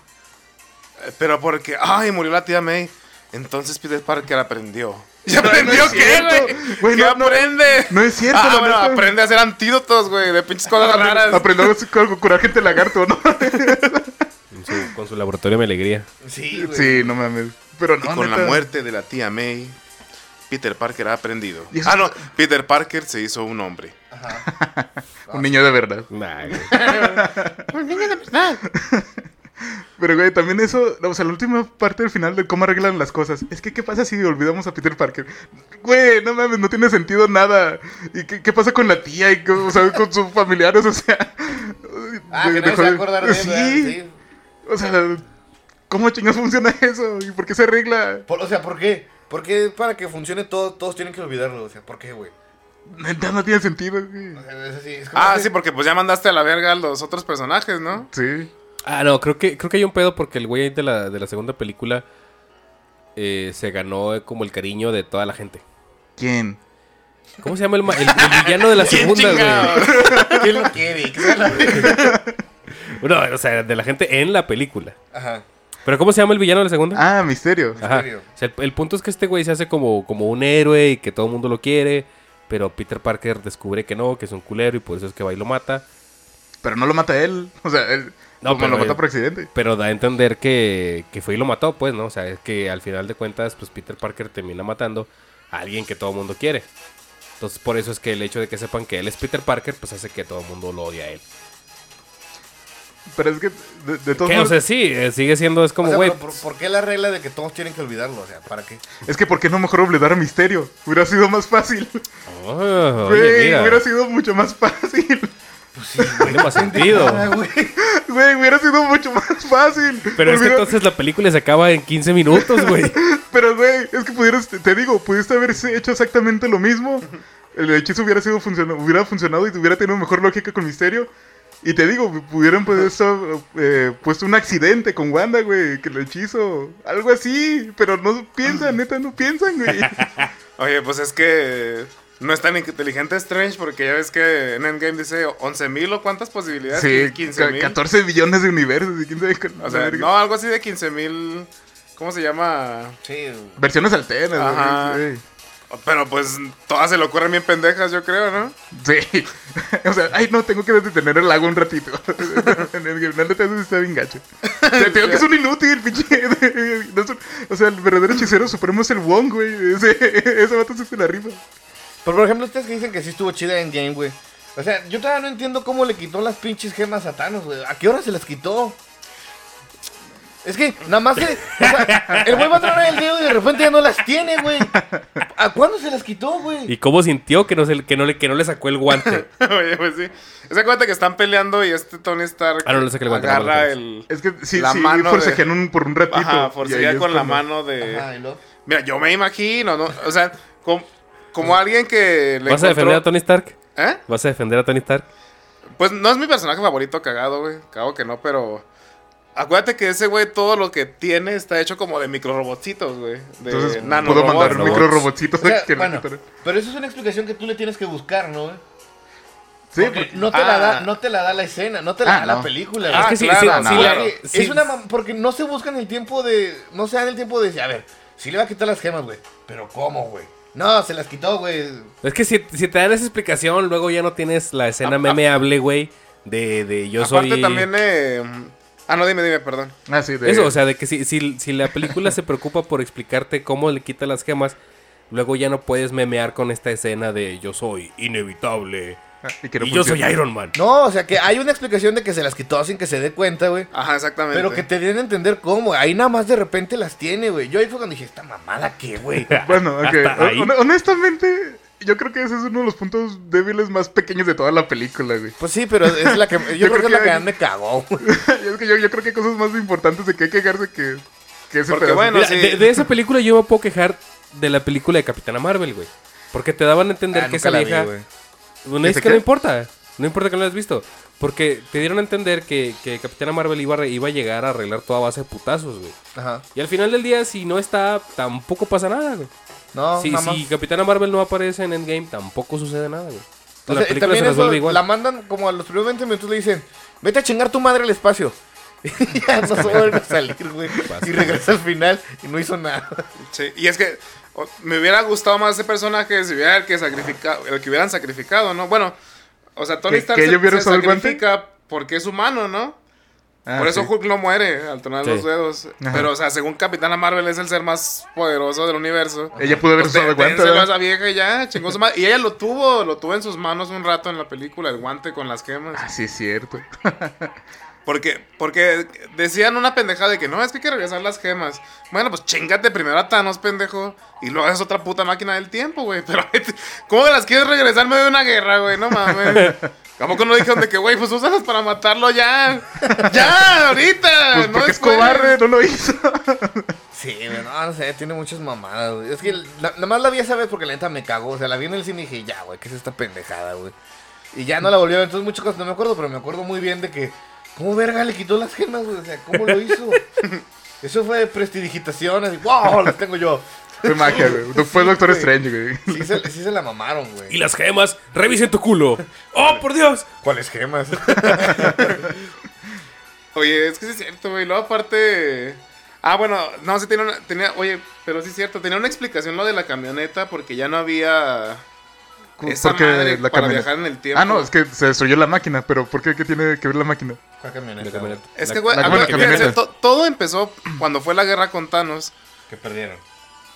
eh, Pero porque, ay, murió la tía May. Entonces Peter Parker aprendió. ¿Y aprendió qué, cierto. güey? Güey, ¿Qué no, no, aprende? no es cierto, Ah, la bueno, neta. aprende a hacer antídotos, güey, de pinches cosas raras. Aprender a curar gente lagarto, ¿no? En su- con su laboratorio de alegría. Sí, güey. Sí, no mames. Pero Y no, con la neta. muerte de la tía May, Peter Parker ha aprendido. Y eso- Ah, no, Peter Parker se hizo un hombre. Ajá. Un niño de verdad. Nah, güey. Pero, güey, también eso, o sea, la última parte del final de cómo arreglan las cosas. Es que, ¿qué pasa si olvidamos a Peter Parker? Güey, no mames, no tiene sentido nada. ¿Y qué, qué pasa con la tía y con, o sea, con sus familiares? O sea... Ah, que de- nadie dejó se va a de- acordar de él, Sí, ¿verdad? sí. o sea, ¿cómo chingados funciona eso? ¿Y por qué se arregla? Por- o sea, ¿por qué? ¿Por qué para que funcione todo, todos tienen que olvidarlo? O sea, ¿por qué, güey? Neta, no tiene sentido, güey. O sea, es así, es como Ah, que- sí, porque pues ya mandaste a la verga a los otros personajes, ¿no? Sí. Ah, no, creo que, creo que hay un pedo porque el güey de la, de la segunda película eh, se ganó eh, como el cariño de toda la gente. ¿Quién? ¿Cómo se llama el, ma- el- el villano de la segunda, güey? ¿Quién lo quiere? ¿Qué se la- No, o sea, de la gente en la película. Ajá. ¿Pero cómo se llama el villano de la segunda? Ah, misterio. Ajá. Misterio. O sea, el, el punto es que este güey se hace como, como un héroe y que todo el mundo lo quiere, pero Peter Parker descubre que no, que es un culero y por eso es que va y lo mata. Pero no lo mata él. O sea, él No, como pero lo mata él- por accidente. Pero da a entender que, que fue y lo mató, pues, ¿no? O sea, es que al final de cuentas, pues Peter Parker termina matando a alguien que todo el mundo quiere. Entonces, por eso es que el hecho de que sepan que él es Peter Parker, pues hace que todo el mundo lo odie a él. Pero es que, de, de todos Que, o modos, sea, sí, eh, sigue siendo, es O como, sea, güey. pero ¿por, por qué la regla de que todos tienen que olvidarlo? O sea, ¿para qué? es que ¿por qué no mejor olvidar a Misterio? Hubiera sido más fácil. oh, oye, Güey, mira, hubiera sido mucho más fácil. tiene más sentido. Ah, güey. Güey, hubiera sido mucho más fácil. Pero es que Hubiera- entonces la película se acaba en 15 minutos, güey. Pero, güey, es que pudieras, te- te digo, pudiste haberse hecho exactamente lo mismo. El hechizo hubiera sido funcionado, hubiera funcionado y hubiera tenido mejor lógica con Misterio. Y te digo, pudieran puesto, eh, puesto un accidente con Wanda, güey, que el hechizo, algo así, pero no piensan, neta, no piensan, güey. Oye, pues es que no es tan inteligente Strange porque ya ves que en Endgame dice 11.000 o cuántas posibilidades. Sí, 15.000. 14 billones de universos y quién sabe qué- O sea, verga. no, algo así de 15.000. ¿Cómo se llama? Sí, Versiones alternas, Ajá. güey. Pero pues todas se le ocurren bien pendejas, yo creo, ¿no? Sí. O sea, ay, no, tengo que detener el lago un ratito. en el Game Neta, eso sí está bien gacho. O sea, tengo que es un inútil, pinche. No es un- o sea, el verdadero hechicero supremo es el Wong, güey. Ese, ese vato se la rifa. Pero por ejemplo, ustedes que dicen que sí estuvo chida en game, güey. O sea, yo todavía no entiendo cómo le quitó las pinches gemas a Thanos, güey. ¿A qué hora se las quitó? Es que nada más se- o sea, el güey va a traer el dedo y de repente ya no las tiene, güey. ¿A cuándo se las quitó, güey? ¿Y cómo sintió que no, se, que no, le, que no le sacó el guante? Oye, pues sí. Se cuenta que están peleando y este Tony Stark Ah, no, le saca el guante, no, no, agarra no. el. Es que sí, La sí, mano forcejean un- por un ratito. Ajá, Y ahí forcejea es con la cuando- mano de. Ajá, y luego- Mira, yo me imagino, ¿no? O sea, como, como alguien que le. ¿Vas a defender a encontró- Tony Stark? ¿Eh? ¿Vas a defender a Tony Stark? Pues no es mi personaje favorito, cagado, güey. Cago que no, pero. Acuérdate que ese güey, todo lo que tiene está hecho como de microrobotitos, güey. De Entonces, puedo nanorobots. mandar robots. micro robotcitos. O sea, que le bueno, quitaron. pero eso es una explicación que tú le tienes que buscar, ¿no? güey? Sí, pues, Porque no te, la ah. da, no te la da la escena, no te la Ah, da no. la película. Ah, es güey. que sí, claro, sí, no, sí, claro. la- sí, es una mam- porque no se buscan el tiempo de no se dan el tiempo de decir, a ver, sí le va a quitar las gemas, güey, pero cómo, güey? No, se las quitó, güey. Es que si, si te dan esa explicación, luego ya no tienes la escena memeable, güey, de, de yo Aparte soy... también, eh, Ah, no, dime, dime, perdón. Ah, sí, de- Eso, o sea, de que si, si, si la película se preocupa por explicarte cómo le quita las gemas, luego ya no puedes memear con esta escena de yo soy inevitable ah, y que no y yo soy funciona. Iron Man. No, o sea que hay una explicación de que se las quitó sin que se dé cuenta, güey. Ajá, exactamente. Pero que te den a entender cómo. Ahí nada más de repente las tiene, güey. Yo ahí fue cuando dije, ¿esta mamada qué, güey? Bueno, ok. Hasta ahí. Hon- Honestamente, yo creo que ese es uno de los puntos débiles más pequeños de toda la película, güey. Pues sí, pero es la que. Yo, creo, que es la que hay- más me cagó, güey. Es que yo, yo creo que hay cosas más importantes de que hay que quejarse que, que ese Porque pedazo. bueno, Mira, sí. de, de esa película yo me puedo quejar de la película de Capitana Marvel, güey. Porque te daban a entender Ah, nunca que esa la vi, vieja... güey. No es ¿Ese que no qué? importa. No importa que no lo hayas visto. Porque te dieron a entender que, que Capitana Marvel iba a, re- iba a llegar a arreglar toda base de putazos, güey. Ajá. Y al final del día, si no está, tampoco pasa nada, güey. No, si, nada más. si Capitana Marvel no aparece en Endgame, tampoco sucede nada, güey. O la sea, película también eso, se resuelve igual. La mandan como a los primeros 20 minutos le dicen, vete a chingar tu madre al espacio. Y ya no se vuelve a salir, güey. Y regresa al final y no hizo nada. Sí, y es que o- me hubiera gustado más ese personaje si hubiera el que sacrificado, el que hubieran sacrificado, ¿no? Bueno, o sea, Tony ¿Que- Stark que se, ella hubiera se usado el guante? sacrifica porque es humano, ¿no? Ah, Por eso sí. Hulk no muere al tronar Sí. los dedos. Ajá. Pero, o sea, según Capitana Marvel es el ser más poderoso del universo. Ella pudo haber Pues, usado dé- el guante, dénselo a ¿verdad? esa vieja y ya, chingó su madre. Y ella lo tuvo, lo tuvo en sus manos un rato en la película, el guante con las gemas. Ah, sí, es cierto. Porque, porque decían una pendejada de que no, es que hay que regresar las gemas. Bueno, pues chingate primero a Thanos, pendejo. Y luego haces otra puta máquina del tiempo, güey. Pero, ¿cómo las quieres regresar en medio de una guerra, güey? No mames. Tampoco no dijeron de que, güey, pues úsalas para matarlo ya. ¡Ya! ¡Ahorita! Pues no porque es después. cobarde, no lo hizo. Sí, güey, no, no sé, tiene muchas mamadas, güey. Es que la- nada más la vi esa vez porque la neta me cagó. O sea, la vi en el cine y dije, ya, güey, ¿qué es esta pendejada, güey? Y ya no la volví a ver. Entonces, muchas cosas no me acuerdo, pero me acuerdo muy bien de que, ¿cómo verga le quitó las gemas, güey? O sea, ¿cómo lo hizo? Eso fue prestidigitación, así, wow, las tengo yo. Fue magia, güey. No fue Sí, Doctor güey. Strange, güey. Sí se, sí se la mamaron, güey. Y las gemas, revisen tu culo. ¡Oh, por Dios! ¿Cuáles gemas? Oye, es que sí es cierto, güey. Luego aparte. Ah, bueno, no, sí tenía una. Tenía, oye, pero sí es cierto, tenía una explicación lo de la camioneta porque ya no había. Esa madre para camioneta- viajar en el tiempo. Ah, no, es que se destruyó la máquina, pero ¿por qué? ¿Qué tiene que ver la máquina? Pues, ¿Cuál camioneta? La camioneta. Es La- que, güey, la- ah, bueno, güey, camioneta. fíjense, to- todo empezó cuando fue la guerra con Thanos. Que perdieron.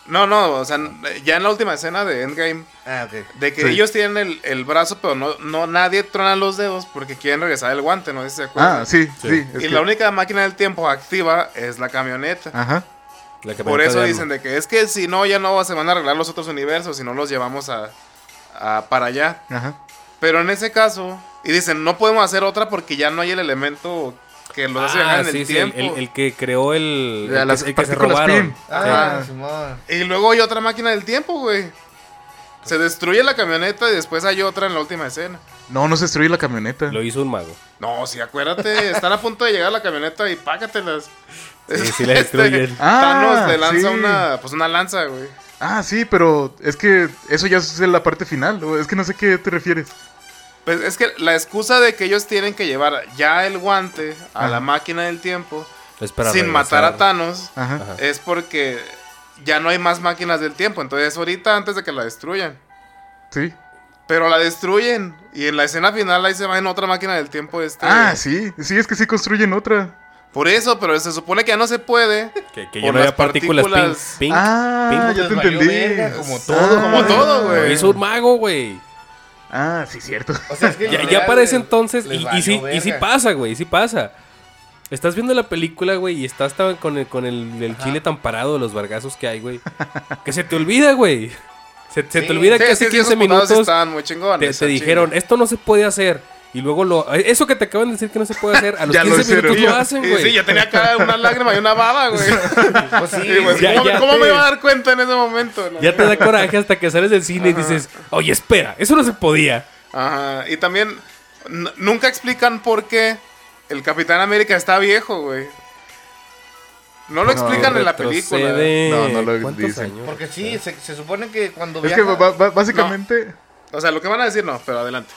No, no, o sea, ya en la última escena de Endgame, Ah, ok. de que Sí. ellos tienen el, el brazo, pero no, no nadie trona los dedos porque quieren regresar el guante, no sé si se acuerdan. Ah, sí, Sí. sí. Y es que- la única máquina del tiempo activa es la camioneta. Ajá. la camioneta Por eso de dicen Ant-Man. de que es que si no, ya no se van a arreglar los otros universos, si no los llevamos a, a- para allá. Ajá. Pero en ese caso, y dicen, no podemos hacer otra porque ya no hay el elemento que los hace Ah, viajar en sí, el sí, el, tiempo. el- el que creó el. Ya, el las que, el que se partículas robaron. PIM. Ah, Ah. Simón. Y luego hay otra máquina del tiempo, güey. Se destruye la camioneta y después hay otra en la última escena. No, no se destruyó la camioneta. Lo hizo un mago. No, sí, acuérdate, están a punto de llegar a la camioneta y pácatelas. Sí, sí la destruyen. Ah, Thanos le lanza sí. una, pues una lanza, güey. Ah, sí, pero es que eso ya es la parte final. o Es que no sé a qué te refieres. Pues es que la excusa de que ellos tienen que llevar ya el guante a Ajá. la máquina del tiempo Es para sin matar a regresar. Thanos Ajá. Ajá. es porque ya no hay más máquinas del tiempo. Entonces ahorita antes de que la destruyan. Sí. Pero la destruyen. Y en la escena final ahí se va en otra máquina del tiempo este. Ah, sí. Sí, es que sí construyen otra. Por eso, pero se supone que ya no se puede. Que, Por que ya no las había partículas, partículas. pink. pink. ah, pink. ya te Pues valió entendí. verga, como Ah, todo, como todo, güey. Lo hizo un mago, güey. Ah, sí, cierto. O sea, es que Ya, en ya realidad para ese les- entonces, les y, y valió sí, y sí verga. pasa, güey, sí pasa. Estás viendo la película, güey, y estás tan- con el, con el, el chile tan parado de los vergazos que hay, güey. que se te olvida, güey. Se, se Sí. te olvida Sí, que sí, hace sí, 15 esos putados minutos estaban muy chingones, te, te están dijeron, chingones. esto no se puede hacer. Y luego lo... Eso que te acaban de decir que no se puede hacer, a los Ya lo 15 minutos hicieron. lo hacen, Y "Eh, güey. sí, yo tenía acá una lágrima y una baba, güey. Pues sí, Sí, güey, Ya, ¿Cómo, ya cómo te- me iba a dar cuenta en ese momento? la Ya te neta? da coraje hasta que sales del cine y dices, oye, espera, eso no se podía. Ajá. Y también, n- nunca explican por qué el Capitán América está viejo, güey. No lo No, explican en la película. Retrocede. No, no lo ¿Cuántos dicen. años? Porque sí, se, se supone que cuando Es viaja... que ba- ba- básicamente. O sea, lo que van a decir no, pero adelante.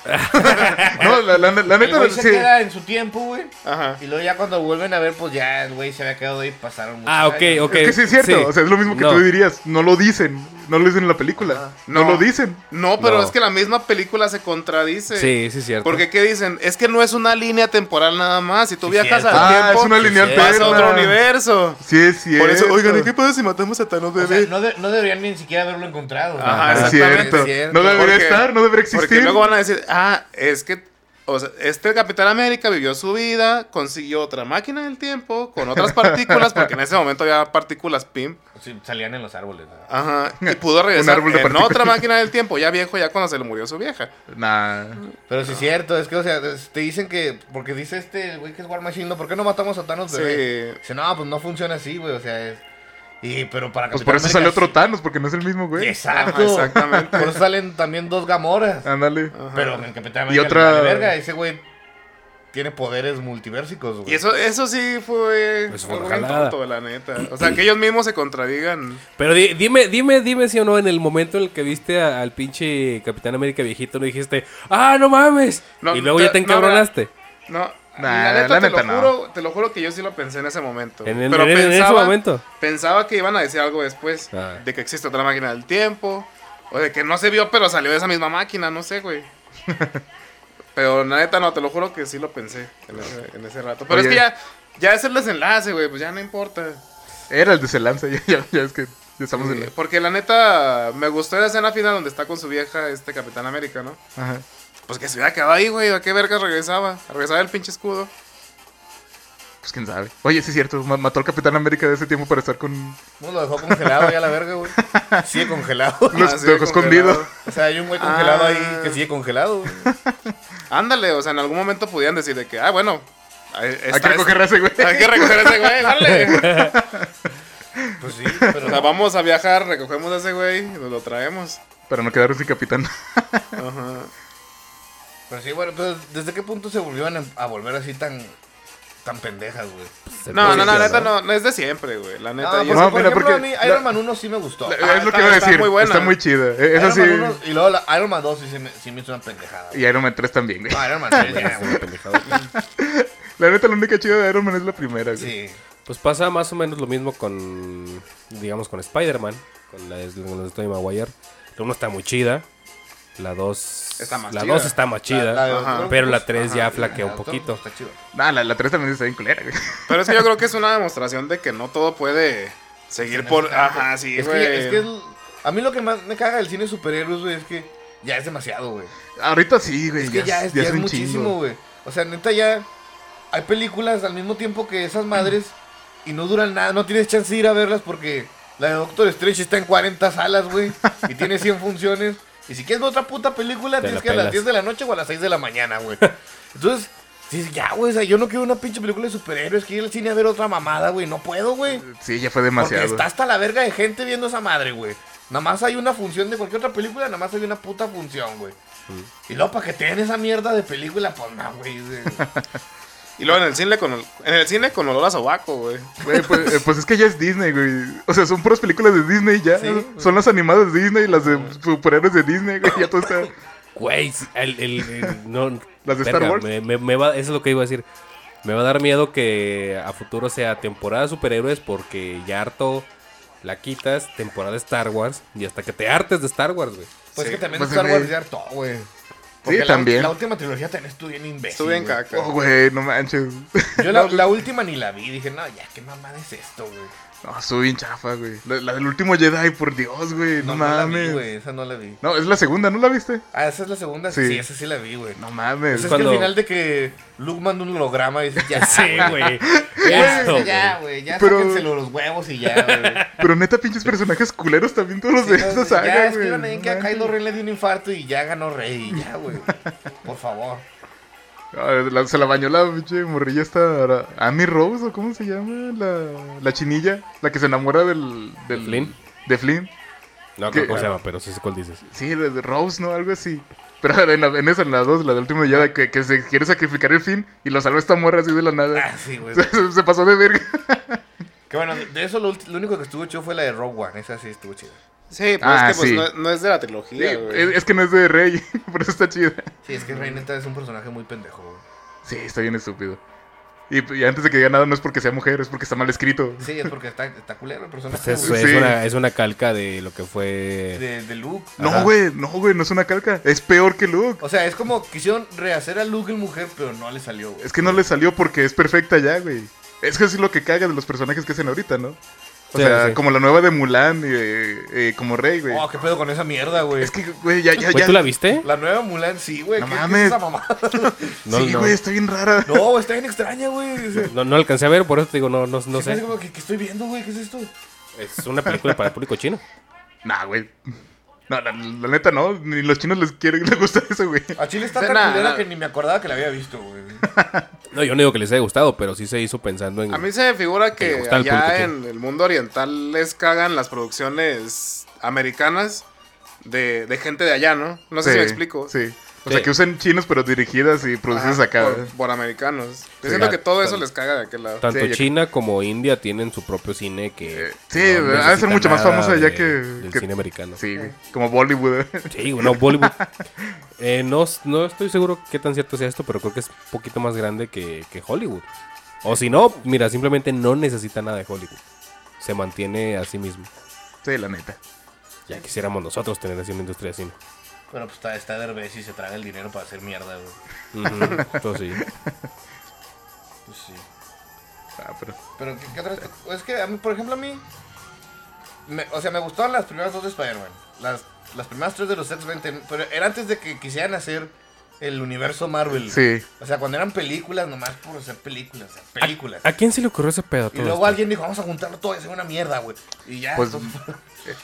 No, la, la- la El neta, güey sí. se queda en su tiempo, güey. Ajá. Y luego ya cuando vuelven a ver, pues ya el güey se había quedado ahí, pasaron muchos Ah, ok, años. ok. Es que sí es cierto, o sea, es lo mismo que No. tú dirías. No lo dicen, no lo dicen en la película. No, No. lo dicen. No, pero No. es que la misma película se contradice. Sí, sí es cierto. Porque, ¿qué dicen? Es que no es una línea temporal nada más. Si tú Sí, viajas cierto. al Ah, tiempo, es una línea sí, vas alterna. a otro universo. Sí, es cierto. Por eso, oigan, ¿y qué pasa si matamos a Thanos O bebé? sea, no, de- no deberían ni siquiera haberlo encontrado. güey. Ajá, Ah, es exactamente. cierto. Es cierto. No debería Porque- estar, no debería Porque existir. luego van a decir, ah, es que o sea, este Capitán América vivió su vida, consiguió otra máquina del tiempo con otras partículas, porque en ese momento había partículas PIM. Sí, salían en los árboles. güey. Ajá. Y pudo regresar árbol de en partículas. otra máquina del tiempo, ya viejo, ya cuando se le murió su vieja. Nah. Pero sí es cierto, es que, o sea, es- te dicen que, porque dice este el güey que es War Machine, ¿no? ¿por qué no matamos a Thanos, Sí. bebé? Dice, no, pues no funciona así, güey, o sea, es... Y, pero para Pues Capitán por eso América sale otro sí- Thanos, porque no es el mismo, güey. Exacto. Ajá, exactamente. Por eso salen también dos Gamoras. Ándale. Ajá. Pero en Capitán Ah. Y América otra- le vale verga, ese güey tiene poderes multiversicos, güey. Y eso, eso sí fue Pues fue algo una bien jalada. tonto, la neta. O sea, que ellos mismos se contradigan. Pero di- dime, dime, dime si o no, en el momento en el que viste a- al pinche Capitán América viejito, no dijiste, ah, no mames. No, y luego te- ya te no, mira, encabronaste. No, Nah, la neta, la te, neta lo no. juro, te lo juro que yo sí lo pensé en ese momento. En el- pero en el- en ese pensaba, momento. Pensaba que iban a decir algo después. Ah. De que existe otra máquina del tiempo. O de que no se vio, pero salió de esa misma máquina. No sé, güey. pero la neta no, te lo juro que sí lo pensé en ese, en ese rato. Pero Oye. es que ya, ya es el desenlace, güey. Pues ya no importa. Era el de Celanza, ya, ya, ya es que ya estamos en la. Eh, Porque la neta, me gustó la escena final donde está con su vieja, este Capitán América, ¿no? Ajá. Pues que se hubiera quedado ahí, güey. ¿A qué vergas regresaba? Regresaba el pinche escudo. Pues quién sabe. Oye, sí es cierto, ma- mató al Capitán América de ese tiempo para estar con. No, lo dejó congelado ya la verga, güey. Sigue congelado. Lo Ah, sí, dejó escondido. congelado. O sea, hay un güey congelado Ah. ahí que sigue congelado, güey. Ándale, o sea, en algún momento podían decir de que, ah, bueno, ahí está Hay que ese- recoger a ese güey. hay que recoger a ese güey, dale. Pues sí, O sea, pero... vamos a viajar, recogemos a ese güey, nos lo traemos. Para no quedarnos sin capitán. Ajá. Pero sí, bueno, entonces, ¿desde qué punto se volvieron a- a volver así tan, tan pendejas, güey? Se No, no, no, puede, la neta no, no es de siempre, güey. La No, pues- neta, yo- porque, No, por mira, ejemplo, porque- a mí Iron Man 1 sí me gustó. Ah, es lo está- que iba a está decir. Está muy muy, buena. chida. Eh, Esa Iron sí. Man 1 y luego la- Iron Man 2 sí, se me, sí me hizo una pendejada. güey. Y Iron Man 3 también, güey. No, Iron Man 3 ya, Es güey. una pendejada. La neta, la única chida de Iron Man es la primera, güey. Sí. Pues pasa más o menos lo mismo con, digamos, con Spider-Man, con la de, con la de Tobey Maguire. La 1 está muy chida, la 2 Está más la chida. dos está más chida, La- la de Ajá. Doctor pero la Octopus, 3 ajá, ya la flaquea de un Doctor poquito. Octopus Está chido. Nah, la, la 3 también está bien culera, güey. pero es que yo creo que es una demostración de que no todo puede seguir por. Ajá, sí, Es güey. que, es que el- a mí lo que más me caga del cine de superhéroes, güey, es que ya es demasiado, güey. Ahorita sí, güey. Es que ya es, ya es un muchísimo, chingo. güey. O sea, neta, ya hay películas al mismo tiempo que esas madres y no duran nada. No tienes chance de ir a verlas porque la de Doctor Strange está en 40 salas, güey. Y tiene 100 funciones. Y si quieres ver otra puta película, Te tienes la que ir a las pelas. 10 de la noche o a las 6 de la mañana, güey. Entonces, dices, ya, güey, o sea, yo no quiero una pinche película de superhéroes. Quiero ir al cine a ver otra mamada, güey. No puedo, güey. Sí, ya fue Porque demasiado. está hasta la verga de gente viendo esa madre, güey. Nada más hay una función de cualquier otra película, nada más hay una puta función, güey. Mm. Y luego para que te den esa mierda de película, pues no, güey. de- Y luego en el cine con, en el cine con olor a sobaco, güey. Güey, pues, eh, pues es que ya es Disney, güey. O sea, son puras películas de Disney ya. Sí. Son las animadas de Disney, las de superhéroes de Disney, güey. Ya todo está. Güey, el, el- el- no, Las de Star Wars. me- me- me va- eso es lo que iba a decir. Me va a dar miedo que a futuro sea temporada de superhéroes porque ya harto la quitas, temporada de Star Wars y hasta que te hartes de Star Wars, güey. Pues Sí, que también pues, Star Wars güey. ya todo, güey. Sí, Porque la- también. La, última trilogía también estuvo bien imbécil. Estuve en güey. caca. Oh, güey, no manches. Yo la, la última ni la vi, dije, no, ya, qué mamada es esto, güey. No, estuvo bien chafa, güey. La, la del último Jedi, por Dios, güey. No, No, no la mames. vi, güey, esa no la vi. No, es la segunda, ¿no la viste? Ah, esa es la segunda. Sí. Sí, esa sí la vi, güey. No mames. Esa es cuando- que al final de que Luke manda un holograma y dice, ya, güey. Ya, Esto, ya, güey, ya Pero- sáquenselo los huevos y ya, güey. Pero neta, pinches personajes culeros también todos los de Sí, esa no, saga, ya güey. escriban ahí No que a manches. Kylo Ren le dio un infarto y ya ganó Rey. y Ya, güey. Por favor. Ah, la- se la bañó la pinche morrilla esta ahora- Annie Rose, o cómo se llama, la, la chinilla, la que se enamora del, del Flynn? De Flynn. No, ¿Qué? ¿cómo se llama? Pero sí sé cuál dices. Sí, de, de Rose, ¿no? Algo así. Pero en, la- en esa, en la dos, la del último día, que, que se quiere sacrificar el fin y lo salva esta morra así de la Ah, nada. sí, güey. se, se pasó de verga. Que bueno, de eso lo, ulti- lo único que estuvo chido fue la de Rogue One. Esa sí estuvo chida. Sí, pues Ah, es que pues, sí. no, no es de la Sí, trilogía, güey. es, es que no es de Rey, por eso está chida. Sí, es que Rey neta es un personaje muy pendejo, güey. Sí, está bien estúpido. Y, y antes de que diga nada, no es porque sea mujer, es porque está mal escrito. Sí, es porque está, está culero el personaje. Pues es, güey. es Sí. una, es una calca de lo que fue. de, de Luke. Ajá. No, güey, no, güey, no es una calca. Es peor que Luke. O sea, es como quisieron rehacer a Luke en mujer, pero no le salió, güey. Es que no le salió porque es perfecta ya, güey. Es que eso es lo que caga de los personajes que hacen ahorita, ¿no? O Sí, sea, sí. como la nueva de Mulan, eh, eh, como Rey, güey. Oh, qué pedo con esa mierda, güey. es que, güey, ya, ya, Güey, ya. ¿Tú la viste? La nueva Mulan, sí, güey. No ¿qué- qué es mames. esa mamada? No, sí, no. güey, está bien rara. No, está bien extraña, güey. Se- No, no alcancé a ver, por eso te digo, no, no, no se me hace sé. como que, ¿qué estoy viendo, güey? ¿Qué es esto? Es una película para el público chino. Nah, güey. No, la, la neta no, ni los chinos les quieren, les gusta eso, güey. A Chile está Sí, tan nada, culera nada. que ni me acordaba que la había visto, güey. No, yo no digo que les haya gustado, pero sí se hizo pensando en. A mí se me figura Que le que gusta al público, allá sí. en el mundo oriental les cagan las producciones americanas de, de gente de allá, ¿no? No sé si me explico. Sí. O Sí. sea, que usen chinos, pero dirigidas y Ajá, producidas acá. Por, por americanos. Yo siento que todo eso les caga de aquel lado. Tanto Sí, yo- China como India tienen su propio cine que. Eh, sí, ha de ser necesita mucho más nada famosa ya de- que- Del que- cine americano. Sí, Sí, güey. Como Bollywood. güey, no, Bollywood. Eh, no, no estoy seguro qué tan cierto sea esto, pero creo que es un poquito más grande que, que Hollywood. O si no, mira, simplemente no necesita nada de Hollywood. Se mantiene a sí mismo. Sí, la neta. Ya quisiéramos nosotros tener así una industria de cine. Bueno, pues está, está Derbez y se traga el dinero para hacer mierda, güey. Ujú, eso sí. Pues sí. Ah, pero. Pero, ¿qué, qué otras? Es que, a mí, por ejemplo, a mí. me- o sea, me gustaron las primeras dos de Spider-Man. Las, las primeras tres de los X-Men. ten- Pero era antes de que quisieran hacer el universo Marvel. Sí. O sea, cuando eran películas, nomás por hacer películas. o sea, películas. ¿A quién se le ocurrió ese pedo? a Y todo luego esto? alguien dijo, vamos a juntarlo todo y hacer una mierda, güey. Y ya. Pues, esto-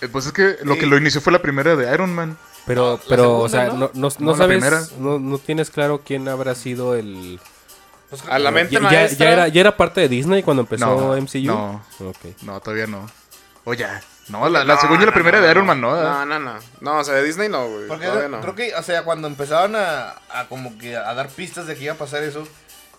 eh, pues es que lo que lo inició fue la primera de Iron Man. Pero, No, la pero segunda, o sea, ¿no? no, no- no No, la primera. sabes, no, no tienes claro quién habrá sido el... pues, a la mente ya, ya- maestra. ya era, ya era parte de Disney cuando empezó No, MCU. no. Ok. No, todavía no. O ya. No, la, la segunda y la primera de Iron Man, ¿no? No, no, no. No, o sea, de Disney no, güey. Porque Todavía era- no. creo que, o sea, cuando empezaban a, a como que a dar pistas de que iba a pasar eso,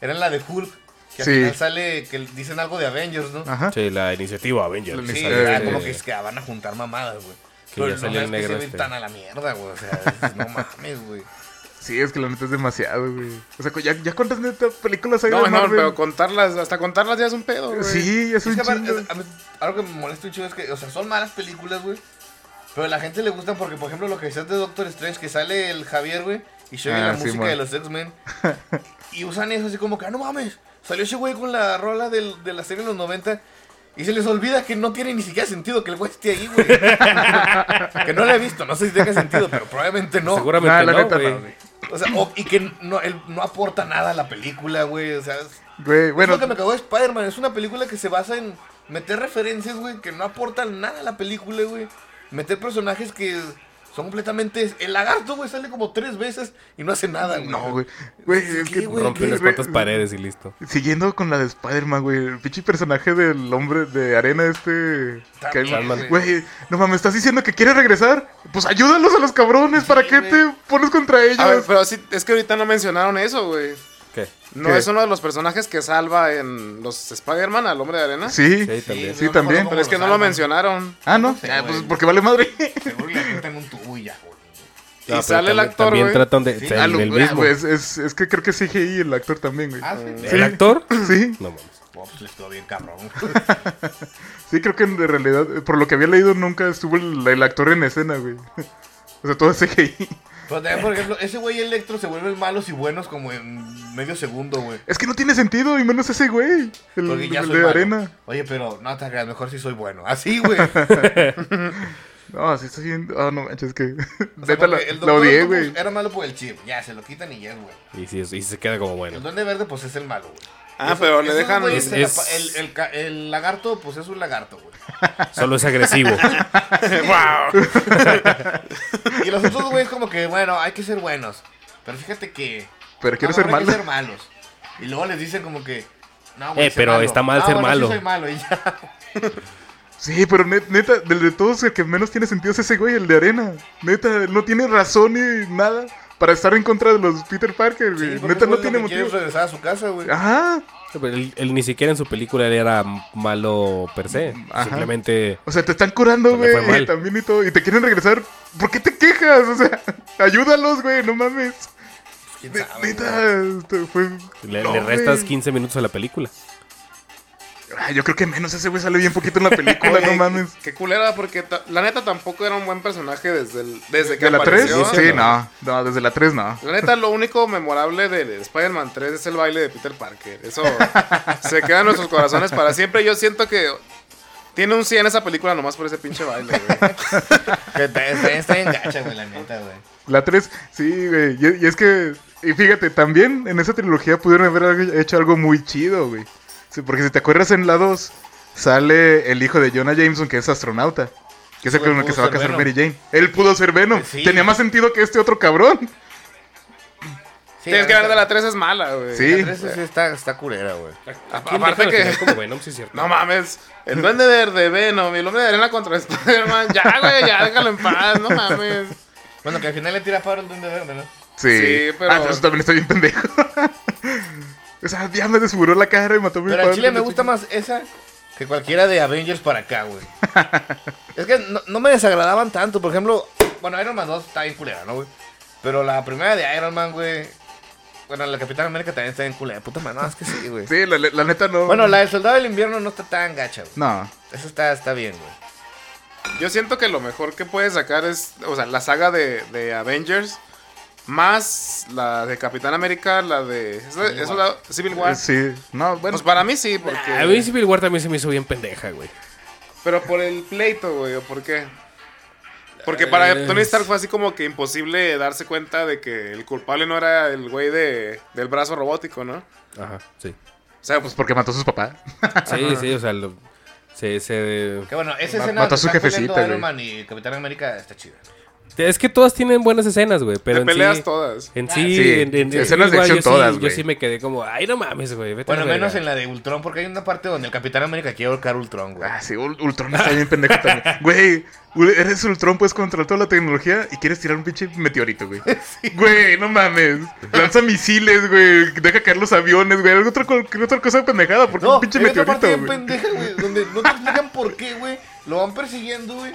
era en la de Hulk, que Sí. Ah, al final sale, que dicen algo de Avengers, ¿no? Ajá. Sí, la iniciativa Avengers. Sí, Sí, era sí. como que es que ah, van a juntar mamadas, güey. Que Pero ya no salió el es que negro se ven este. tan a la mierda, güey. O sea, dices, no mames, güey. Sí, es que la neta es demasiado, güey. O sea, ya, ya cuántas neta películas hay No, de no, Marvel. pero contarlas, hasta contarlas ya es un pedo, güey. Sí, es Es un que aparte, chingo. es- a mí, algo que me molesta un chingo es que, o sea, son malas películas, güey. Pero a la gente le gustan porque, por ejemplo, lo que decías de Doctor Strange, que sale el Javier, güey, y llega Ah, la sí, música man. de los X-Men. y usan eso así como que, ah, no mames, salió ese güey con la rola del- de la serie de los 90. Y se les olvida que no tiene ni siquiera sentido que el güey esté ahí, güey. que no la he visto, no sé si tenga sentido, pero probablemente no. Seguramente Nah, la no, neta güey. no, güey. O sea, o- y que no, él no aporta nada a la película, güey. O sea, es- Güey, bueno, bueno. es lo que me cagó de Spider-Man. Es una película que se basa en meter referencias, güey, que no aportan nada a la película, güey. Meter personajes que son completamente. El lagarto, güey, sale como tres veces y no hace nada, güey. No, güey. Güey, es Sí, que. güey, Rompe ¿qué? unas cuantas paredes y listo. Siguiendo con la de Spider-Man, güey. El pinche personaje del hombre de arena este. que- Sandman. Güey, no mames, ¿estás diciendo que quiere regresar? Pues ayúdalos a los cabrones. ¿Para Sí, qué güey. te pones contra ellos? A ver, pero sí, es que ahorita no mencionaron eso, güey. ¿Qué? No ¿Qué? es uno de los personajes que salva en los Spider-man al hombre de arena. Sí. Sí, también. Sí, no me también. acuerdo Pero es que no cómo lo llaman. mencionaron. Ah, no. Sí, Ah, pues güey. porque vale madre. Seguro que la gente en un tubo y ya, güey. Y No, pero sale el también- actor, También güey. tratan de... Sí. el- Ah, lo- el ah, mismo. pues, es, es que creo que es CGI el actor también, güey. Ah, sí. ¿El actor? Sí, No mames. Bueno, pues les quedó bien cabrón. sí, creo que en realidad, eh, por lo que había leído, nunca estuvo el, el actor en escena, güey. O sea, todo es CGI. Pero Pues, también, por ejemplo, ese güey Electro se vuelven malos y buenos como en medio segundo, güey. Es que no tiene sentido, y menos ese güey. El, Porque ya Mm, el soy de malo. arena. Oye, pero no te creas, mejor si soy bueno. Así, güey. No, sí está bien. Ah, no manches, es que. O sea, Neta, la, porque el la Doctor odié, Octopus güey. Era malo por el chip. Ya, se lo quitan y ya es, güey. Y, sí, y se queda como El bueno. duende verde, pues es el malo, güey. Ah, Esos- pero le esos dejan. güeyes se la es- pa- el, el ca- el lagarto, pues es un lagarto, güey. Solo es agresivo. ¡Wow! Y los otros güeyes, como que, bueno, hay que ser buenos. Pero fíjate que. Pero quiero no, ser mejor malo. hay que ser malos. Y luego les dicen, como que. No, Eh, pero está mal Ah, ser bueno, sí malo. soy malo y ya. Sí, pero net- neta, del de todos el que menos tiene sentido es ese güey, el de arena. Neta, no tiene razón ni nada para estar en contra de los Peter Parker, Sí, güey. porque neta, ese no güey tiene lo que motivo. quiere Ah, es regresar a su casa, güey. Ajá. Pero Él, él ni siquiera en su película él era malo per se. Ajá. Simplemente. O sea, te están curando, Se Pues le fue güey, mal. también y todo. Y te quieren regresar. ¿Por qué te quejas? O sea, ayúdalos, güey, no mames. ¿Quién Ne- sabe, Ah, güey? Neta, esto fue... Le, No, le restas güey. 15 minutos a la película. Ah, yo creo que menos ese güey sale bien poquito en la película, no Oye, mames. Qué culera, porque ta- la neta tampoco era un buen personaje desde, el- desde que ¿De la 3? apareció. Sí, no. No, desde la 3 no. La neta, lo único memorable de de Spider-Man 3 es el baile de Peter Parker. Eso se queda en nuestros corazones para siempre. Yo siento que tiene un 100 esa película nomás por ese pinche baile, güey. Que está- Está está bien gacha, güey, la neta, güey. La 3, sí, güey. Y, y es que, y fíjate, también en esa trilogía pudieron haber algo- hecho algo muy chido, güey. Sí, porque si te acuerdas en la 2, sale el hijo de Jonah Jameson, que es astronauta. Que es el Güey, con el que pudo se va a ser casar Venom. Mary Jane. Él pudo ser Venom. Sí. Tenía más sentido que este otro cabrón. Sí, Tienes que ver de neta, la 3 es mala, güey. Sí. la tres sí está, está culera, güey. A- aparte que. Como Venom, sí es cierto. No mames, el duende verde, Venom, y el hombre de arena contra Spider-Man. Ya, güey, ya déjalo en paz, no mames. Bueno, que al final le tira paro el duende verde, ¿no? Sí. Sí, pero- Ah, eso también está bien pendejo. o sea, ya me desfiguró la cara y mató a mi Pero padre. en Chile me gusta más esa que cualquiera de Avengers para acá, güey. es que no, no me desagradaban tanto. Por ejemplo, bueno, Iron Man 2 está bien culera, ¿no, güey? Pero la primera de Iron Man, güey. Bueno, la Capitán América también está bien culera. Puta madre, no, es que sí, güey. Sí, la, la- la neta no. Bueno, la del Soldado del Invierno no está tan gacha, güey. No. Eso está, está bien, güey. Yo siento que lo mejor que puede sacar es, o sea, la saga de, de Avengers, más la de Capitán América, la de es la- es la- Civil War. Sí. No, bueno. Pues para mí sí, A mí porque... Civil War también se me hizo bien pendeja, güey. Pero por el pleito, güey, ¿o por qué? Porque para Tony Stark fue así como que imposible darse cuenta de que el culpable no era el güey de, del brazo robótico, ¿no? O Ajá, sí. sea, Pues pues porque mató a sus papás. Sí, sí, o sea, lo- se, se- Que bueno, esa Ma- escena. mató a donde su están jefecita, peleando güey. Iron Man y Capitán América está chida. Es que todas tienen buenas escenas, güey. te Pero en sí- eh. peleas todas. En Ah, sí, sí. en, en- en Escenas de Civil War acción yo sí- todas, Yo güey. sí me quedé como, ay, no mames, güey. vete a la Bueno, menos verga". en la de Ultron, porque hay una parte donde el Capitán América quiere ahorcar a Ultron, güey. Ah, sí, Ul- Ultron está bien pendejo también. Güey, u- eres Ultron, puedes controlar toda la tecnología y quieres tirar un pinche meteorito, güey. Güey, no mames. Lanza misiles, güey. Deja caer los aviones, güey. Algo otra, col- otra cosa pendejada, porque un pinche hay otra meteorito, parte bien güey. pendeja, güey, donde no te explican por qué, güey. Lo van persiguiendo, güey.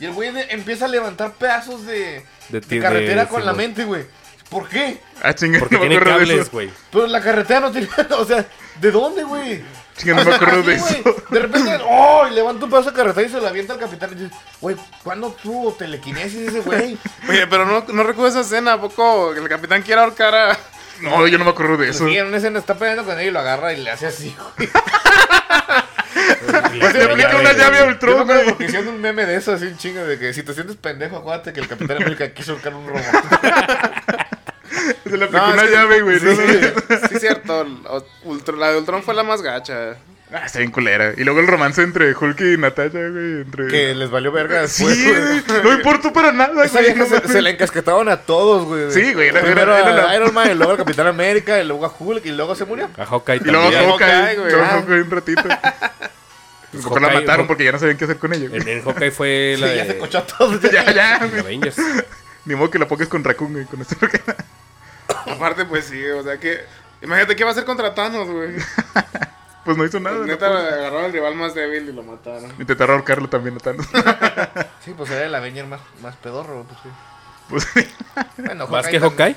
Y el güey de- empieza a levantar pedazos de, de, De ti- carretera de- con sí, la güey. mente, güey. ¿Por qué? Ah, chinga, Porque no me tiene acuerdo de cables, eso. güey. Pero la carretera no tiene nada, o sea, ¿de dónde, güey? Chinga, no me acuerdo de Así, eso. güey, De repente, ¡oh! Y levanta un pedazo de carretera y se la avienta al capitán. Y dices, güey, ¿cuándo tuvo telequinesis ese güey? Oye, pero no, no recuerdo esa escena, ¿a poco el capitán quiere ahorcar a... No, yo no me acuerdo de Pues eso. sí, en una escena está peleando con él y lo agarra y le hace así, güey. Pues le aplica una llave a Ultron, Yo me acuerdo güey. porque hicieron un meme de eso, así un chingo, de que si te sientes pendejo, acuérdate que el Capitán América quiso ahorcar un robot. Se le aplicó No, una es que- llave, güey. Sí, no, no, no. sí, es cierto. o- Ultron- la de Ultron fue la más gacha. Ah, está bien culera. Y luego el romance entre Hulk y Natalia, güey. Entre... que les valió verga Sí, después, güey. güey, no importó para nada, Pues, Esa güey. vieja no se, mames. se la encasquetaron a todos, güey. Sí, güey, era- Primero era- era a la- Iron Man, y luego al Capitán América, y luego a Hulk, y luego se murió. A Hawkeye Y luego también. También. Hawkeye, Hawkeye, güey. güey. Luego Ah. Hawkeye un ratito. Mejor la Hawkeye, mataron Hawk- porque ya no sabían qué hacer con ella, güey. En, en Hawkeye fue la Sí, de... ya se cochó a todos. ya. Ya, ya, de güey. Avengers. Ni modo que la pongas con Raccoon, güey. Con esto. Aparte, pues sí, o sea que. Imagínate qué va a hacer contra Thanos, güey. Pues no hizo nada. Neta, Neta. agarraron al rival más débil y lo mataron. Intentaron ahorcarlo también, no tanto. Sí, pues era el Avenger más, más pedorro, güey, pues sí. Pues, sí. Bueno, Más que también. Hawkeye,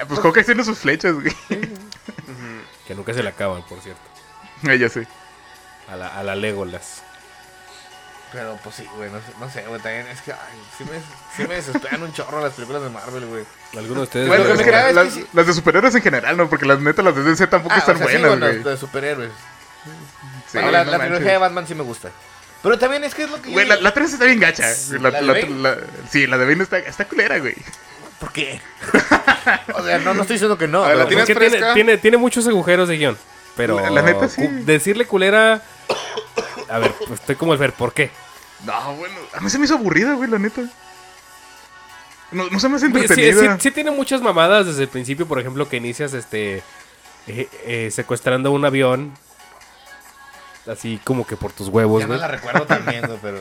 Ah, pues Hawkeye tiene sus flechas, güey. que nunca se la acaban, por cierto. Ah, ya sé. A la, a la Legolas. Pero pues sí, güey, no, sé- no sé, güey, también es que, ay, sí me, sí me desesperan un chorro las películas de Marvel, güey. ¿Alguno de ustedes? Bueno, vio- Las- que me quedaba es las, que sí. las de superhéroes en general, no, porque las neta, las de DC tampoco Ah, están o sea, sí, buenas, bueno, güey. de superhéroes. Sí, Ahora, la, no la manches. trilogía de Batman sí me gusta. Pero también es que es lo que yo Güey, la, digo. la 3 está bien gacha. La, ¿La de la- Bane? la- sí, la de Bane está, está culera, güey. ¿Por qué? o sea, no, no estoy diciendo que no. A ver, la pero- tienes Porque tiene, fresca? tiene, tiene muchos agujeros de guión. Pero La- la neta, sí. cu- decirle culera... A ver, pues, estoy como el ver, ¿por qué? No, bueno, a mí se me hizo aburrida, güey, la neta. No, no se me hace Güey, Sí, sí, entretenida. sí tiene muchas mamadas desde el principio, por ejemplo, que inicias este eh, eh, secuestrando un avión. Así como que por tus huevos, Ya no güey. la recuerdo también, güey, pero.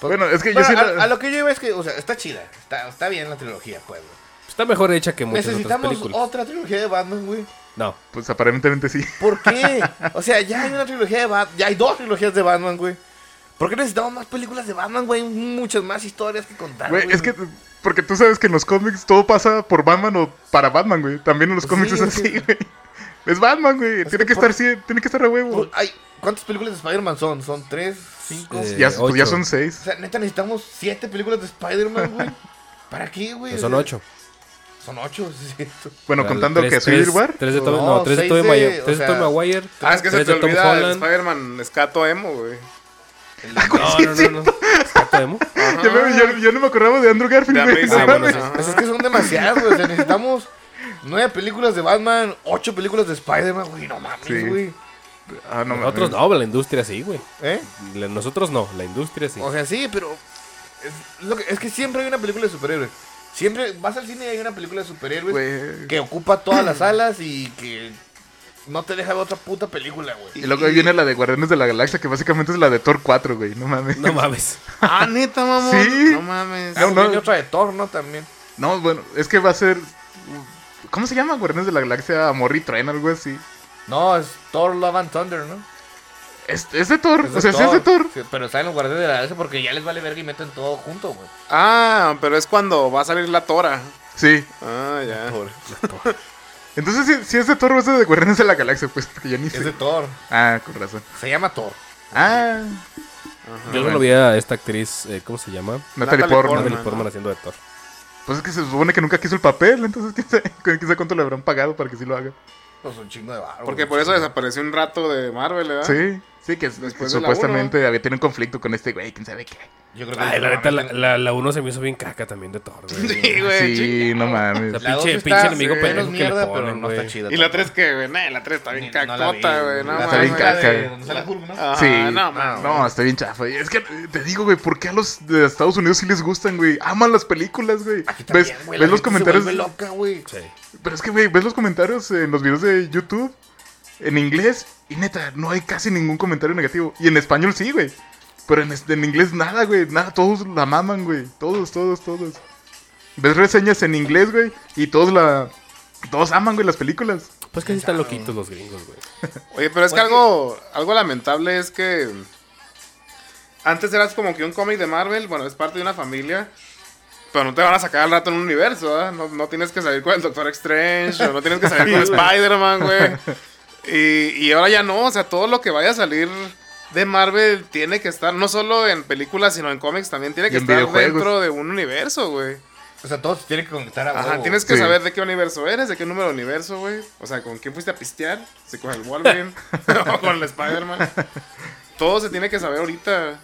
Pues Bueno, es que yo Bueno, sí a, la- a lo que yo iba es que, o sea, está chida. Está, está bien la trilogía, pues. güey. Está mejor hecha que muchas otras Necesitamos películas. otra trilogía de Batman, güey. No. Pues aparentemente sí. ¿Por qué? O sea, ya hay una trilogía de Batman. Ya hay dos trilogías de Batman, güey. ¿Por qué necesitamos más películas de Batman, güey? Hay Muchas más historias que contar. Güey, es que. Porque tú sabes que en los cómics todo pasa por Batman o para Batman, güey. También en los Pues cómics es sí, es así, que- güey. Es Batman, güey. Tiene que que por- estar sí, tiene que estar a huevo. Por- Ay, ¿Cuántas películas de Spider-Man son? ¿Son tres? ¿Cinco? Eh, Ya, pues ya ocho. son O seis. sea, neta, necesitamos siete películas de Spider-Man, güey. ¿Para qué, güey? Pues Pero son ocho. Son ocho, sí, es cierto. Bueno, Al- contando tres- que soy tres- Silver. Tres de Tobey No, no, tres de seis Tobey de- Maguire. o Tres de sea, Tobey Maguire. Ah, es que se tres te de Tom olvida el Holland. Spider-Man escato emo, güey. Ah, No, no, no, no. ¿Está emo? Ya me- yo, yo no me acordaba de Andrew Garfield, De güey. Amazing. no Ah, bueno, mames. sí. Pues es que son demasiadas, güey. O sea, necesitamos nueve películas de Batman, ocho películas de Spider-Man, güey. No mames, Sí. güey. Ah, no, Nosotros mames. no, pero la industria sí, güey. ¿Eh? La- Nosotros no, la industria sí. O sea, sí, pero. Es, lo que, es que siempre hay una película de superhéroes. Siempre vas al cine y hay una película de superhéroes Güey. que ocupa todas las salas y que no te deja ver otra puta película, güey. Y luego ahí viene la de Guardianes de la Galaxia, que básicamente es la de Thor 4, güey. No mames. No mames. Ah, neta, mamón. Sí. No mames. Ah, no, viene no. otra de Thor, ¿no? También. No, bueno, es que va a ser. ¿Cómo se llama Guardianes de la Galaxia? Amor y Trueno, algo así. No, es Thor Love and Thunder, ¿no? Es, es de Thor, Es o sea, sí es de Thor. Sí, pero salen los guardianes de la galaxia porque ya les vale verga y meten todo junto, güey. Ah, pero es cuando va a salir la tora. Sí. Ah, ya. Entonces, si, si es de Thor, o es de Guardianes de la Galaxia, pues, porque yo ni Es sé. de Thor. Ah, con razón. Se llama Thor. Ah, Yo solo vi a esta actriz, eh, ¿cómo se llama? Natalie, Natalie Portman. Portman. Natalie Portman haciendo de Thor. Pues es que se supone que nunca quiso el papel, entonces quién sabe, quién sabe cuánto le habrán pagado para que sí lo haga. Pues un chingo de barro. Porque güey. por eso desapareció un rato de Marvel, ¿verdad? Sí, sí, que, que Después de la supuestamente había tenido un conflicto con este güey, quién sabe qué. Yo creo que. Ay, la neta, la, La, la, la uno se me hizo bien caca también de Thor, güey. Sí, güey. sí, Pues, chinga. no mames. La dos pinche- está pinche enemigo menos pendejo que le mierda, ponen, pero no está güey. chida. ¿Y la tampoco. 3 qué, güey? Nah, la 3 está bien Ni- no la vi, cacota, güey. güey. No, La mames. está bien La Ah, de- caca. donde sale Hulk, ¿no? Ajá, Sí. no, mames. No, está bien chafa. Y Es que eh, te digo, güey, ¿por qué a los de Estados Unidos sí les gustan, güey? Aman las películas, güey. ¿Ves, También, ves los güey, la gente se comentarios? vuelve loca, güey. Sí. Pero es que, güey, ves los comentarios en los videos de YouTube en inglés y neta, no hay casi ningún comentario negativo. Y en español sí, güey. Pero en, es- en inglés nada, güey. Nada, todos la maman, güey. Todos, todos, todos. Ves reseñas en inglés, güey, y todos la... Todos aman, güey, las películas. Pues que sí están loquitos los gringos, güey. Oye, pero es que Oye. algo, algo lamentable es que antes eras como que un cómic de Marvel, bueno, es parte de una familia, pero no te van a sacar al rato en un universo, ¿verdad? No, no tienes que salir con el Doctor Strange, o no tienes que salir con Spider-Man, güey. Y, y ahora ya no, o sea, todo lo que vaya a salir de Marvel tiene que estar, no solo en películas, sino en cómics también, tiene Y que en estar videojuegos. dentro de un universo, güey. O sea, todos se tienen que conectar a Ajá, huevo. tienes que Oh, Sí. saber de qué universo eres, de qué número de universo, güey. O sea, con quién fuiste a pistear, si con el Wolverine o con el Spider-Man. Todo se tiene que saber ahorita.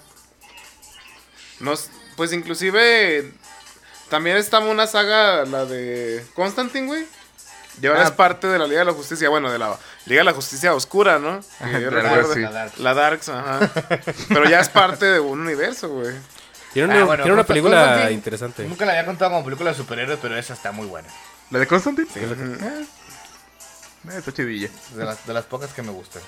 Nos, pues inclusive también está una saga, la de Constantine, güey. Y ahora Ah. es parte de la Liga de la Justicia, bueno, de la Liga de la Justicia Oscura, ¿no? Que yo Algo recuerdo. así. Dark. La Darks, ajá. Pero ya es parte de un universo, güey. Tiene Ah, una, bueno, tiene una Constantine- película Constantine interesante. Nunca la había contado como película de superhéroes, pero esa está muy buena. ¿La de Constantine? Ah, está chidilla. De las, de las pocas que me gustan.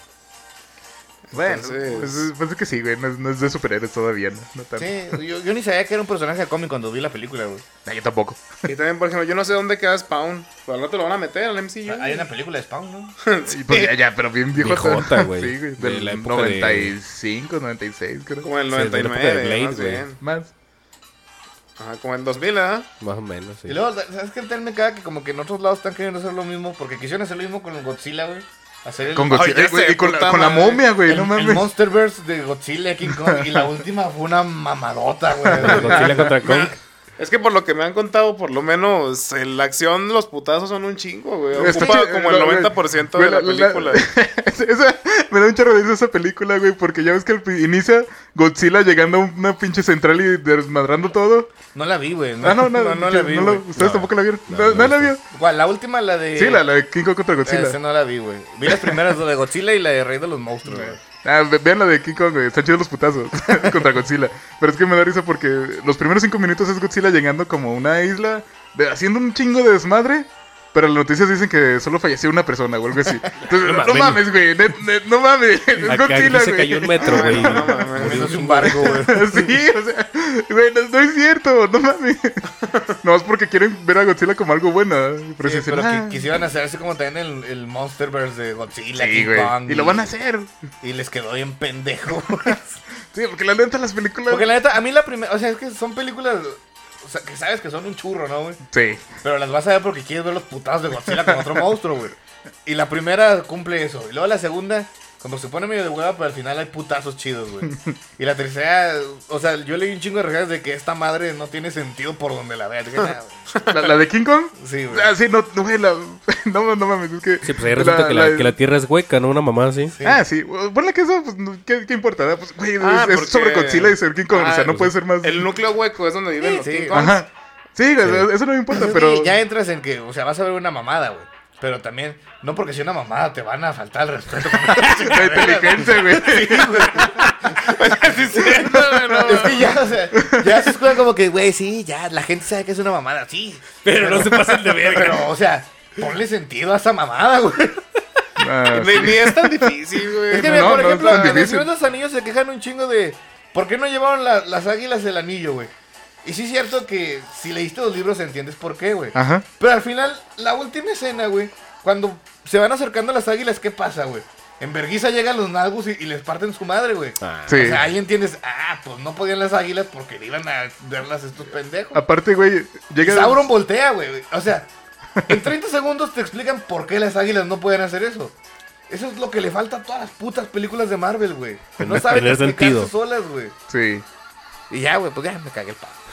Bueno, Entonces- pues, es- pues es que sí, güey. No, es- no es de superhéroes todavía, ¿no? No tanto. Sí, yo, yo ni sabía que era un personaje de cómic cuando vi la película, güey. No, yo tampoco. Y también, por ejemplo, yo no sé dónde queda Spawn. Pero no te lo van a meter al MCU. Hay una película de Spawn, ¿no? Y pues ya, ya, pero bien viejo. Viejota, güey. Sí, güey. De Del la época de- 95, 96, creo. Como en el Sí, de la época 99, de Blade, más güey. bien. Más. Ajá, como en 2000, ¿verdad? Más o menos, Este. sí. Y luego, ¿sabes qué? También me caga que como que en otros lados están queriendo hacer lo mismo, porque quisieron hacer lo mismo con Godzilla, güey. Hacer el, Con Ay, Godzilla, ya güey, sé, y con la, puta con la madre. momia, güey. el, No el mames. Monsterverse de Godzilla, King Kong, y la última fue una mamadota, güey. Godzilla contra Kong. Es que por lo que me han contado, por lo menos en la acción, los putazos son un chingo, güey. Es que- Ocupa como el Este güey, 90% de güey, la película. Esa- esa- me da un chorro de risa esa película, güey, porque ya ves que al pri- inicia Godzilla llegando a una pinche central y desmadrando todo. No la vi, güey. Ah, no, no, no, la vi, lo- güey. ustedes No. tampoco la vieron. No, No, no no la la vi. vio. ¿Cuál? La última, la de... Sí, la, la de King Kong contra Esa Godzilla. no la vi, güey. Vi las primeras, la de Godzilla y la de Rey de los Monstruos, güey. Ah, ve- vean la de King Kong, güey. Están chidos los putazos contra Godzilla. Pero es que me da risa porque los primeros cinco minutos es Godzilla llegando como a una isla, de- haciendo un chingo de desmadre. Pero las noticias dicen que solo falleció una persona o algo así. Entonces, no, mames. mames, güey. net- net- No mames. Es Acá aquí Godzilla, se cayó un güey. metro, Ah, güey. No Ah, mames. Eso es un barco, güey. Sí, o sea, Güey, no, no es cierto, no mames. No, es porque quieren ver a Godzilla como algo bueno. Pero Sí, si dicen, pero que "Ah". quisieran hacerse como también el, el Monsterverse de Godzilla, Sí, King güey. Kong, Y lo van a hacer. Y les quedó bien pendejo. Sí, porque la neta las películas. Porque la neta, a mí la primera. O sea, es que son películas. o sea, que sabes que son un churro, ¿no, güey? Sí. Pero las vas a ver porque quieres ver los putados de Godzilla con otro monstruo, güey. Y la primera cumple eso. Y luego la segunda, como se pone medio de hueva, pero al final hay putazos chidos, güey. Y la tercera, o sea, yo leí un chingo de regalos de que esta madre no tiene sentido por donde la veas. Dije, nah, güey. La, la de King Kong. Sí, güey. Ah, sí, no, no, güey, la- no, no mames, es que. Sí, pues ahí resulta que, la, que la tierra es hueca, ¿no? Una mamá así. Sí. Ah, sí. Ponle que eso, pues, no- ¿qué, qué importa? ¿verdad? Pues, güey, es- Ah, es, porque- sobre Godzilla y sobre King Kong. o Ah, sea, no pues, puede ser más. El núcleo hueco es donde viven Sí, los sí. King Kongs. Ajá. Sí, güey, eso no me importa, Sí, pero. ya entras en que, o sea, vas a ver una mamada, güey. Pero también, no porque sea una mamada, te van a faltar el respeto. La inteligencia, güey. Sí, sí, no, no, es que ya, o sea, ya se escucha como que, güey, sí, ya, la gente sabe que es una mamada, sí. Pero no se pasen de verga. Pero, o sea, ponle sentido a esa mamada, güey. Ah, no. Ni ni es tan difícil, güey. Es que, mira, No, por no, ejemplo, es tan en el difícil. Señor de los Anillos se quejan un chingo de ¿por qué no llevaron la- las águilas el anillo, güey? Y sí es cierto que si leíste los libros entiendes por qué, güey. Ajá. Pero al final, la última escena, güey, cuando se van acercando las águilas, ¿qué pasa, güey? En Berguisa llegan los nagus y, y les parten su madre, güey. Ah, Sí. O sea, ahí entiendes, ah, pues no podían las águilas porque le iban a verlas estos pendejos. Aparte, güey, llega. Sauron voltea, güey. O sea, en 30 segundos te explican por qué las águilas no pueden hacer eso. Eso es lo que le falta a todas las putas películas de Marvel, güey. Que no Tener- saben tener explicarse sentido. solas, güey. Sí. Y ya, güey, pues ya me cagué el pavo.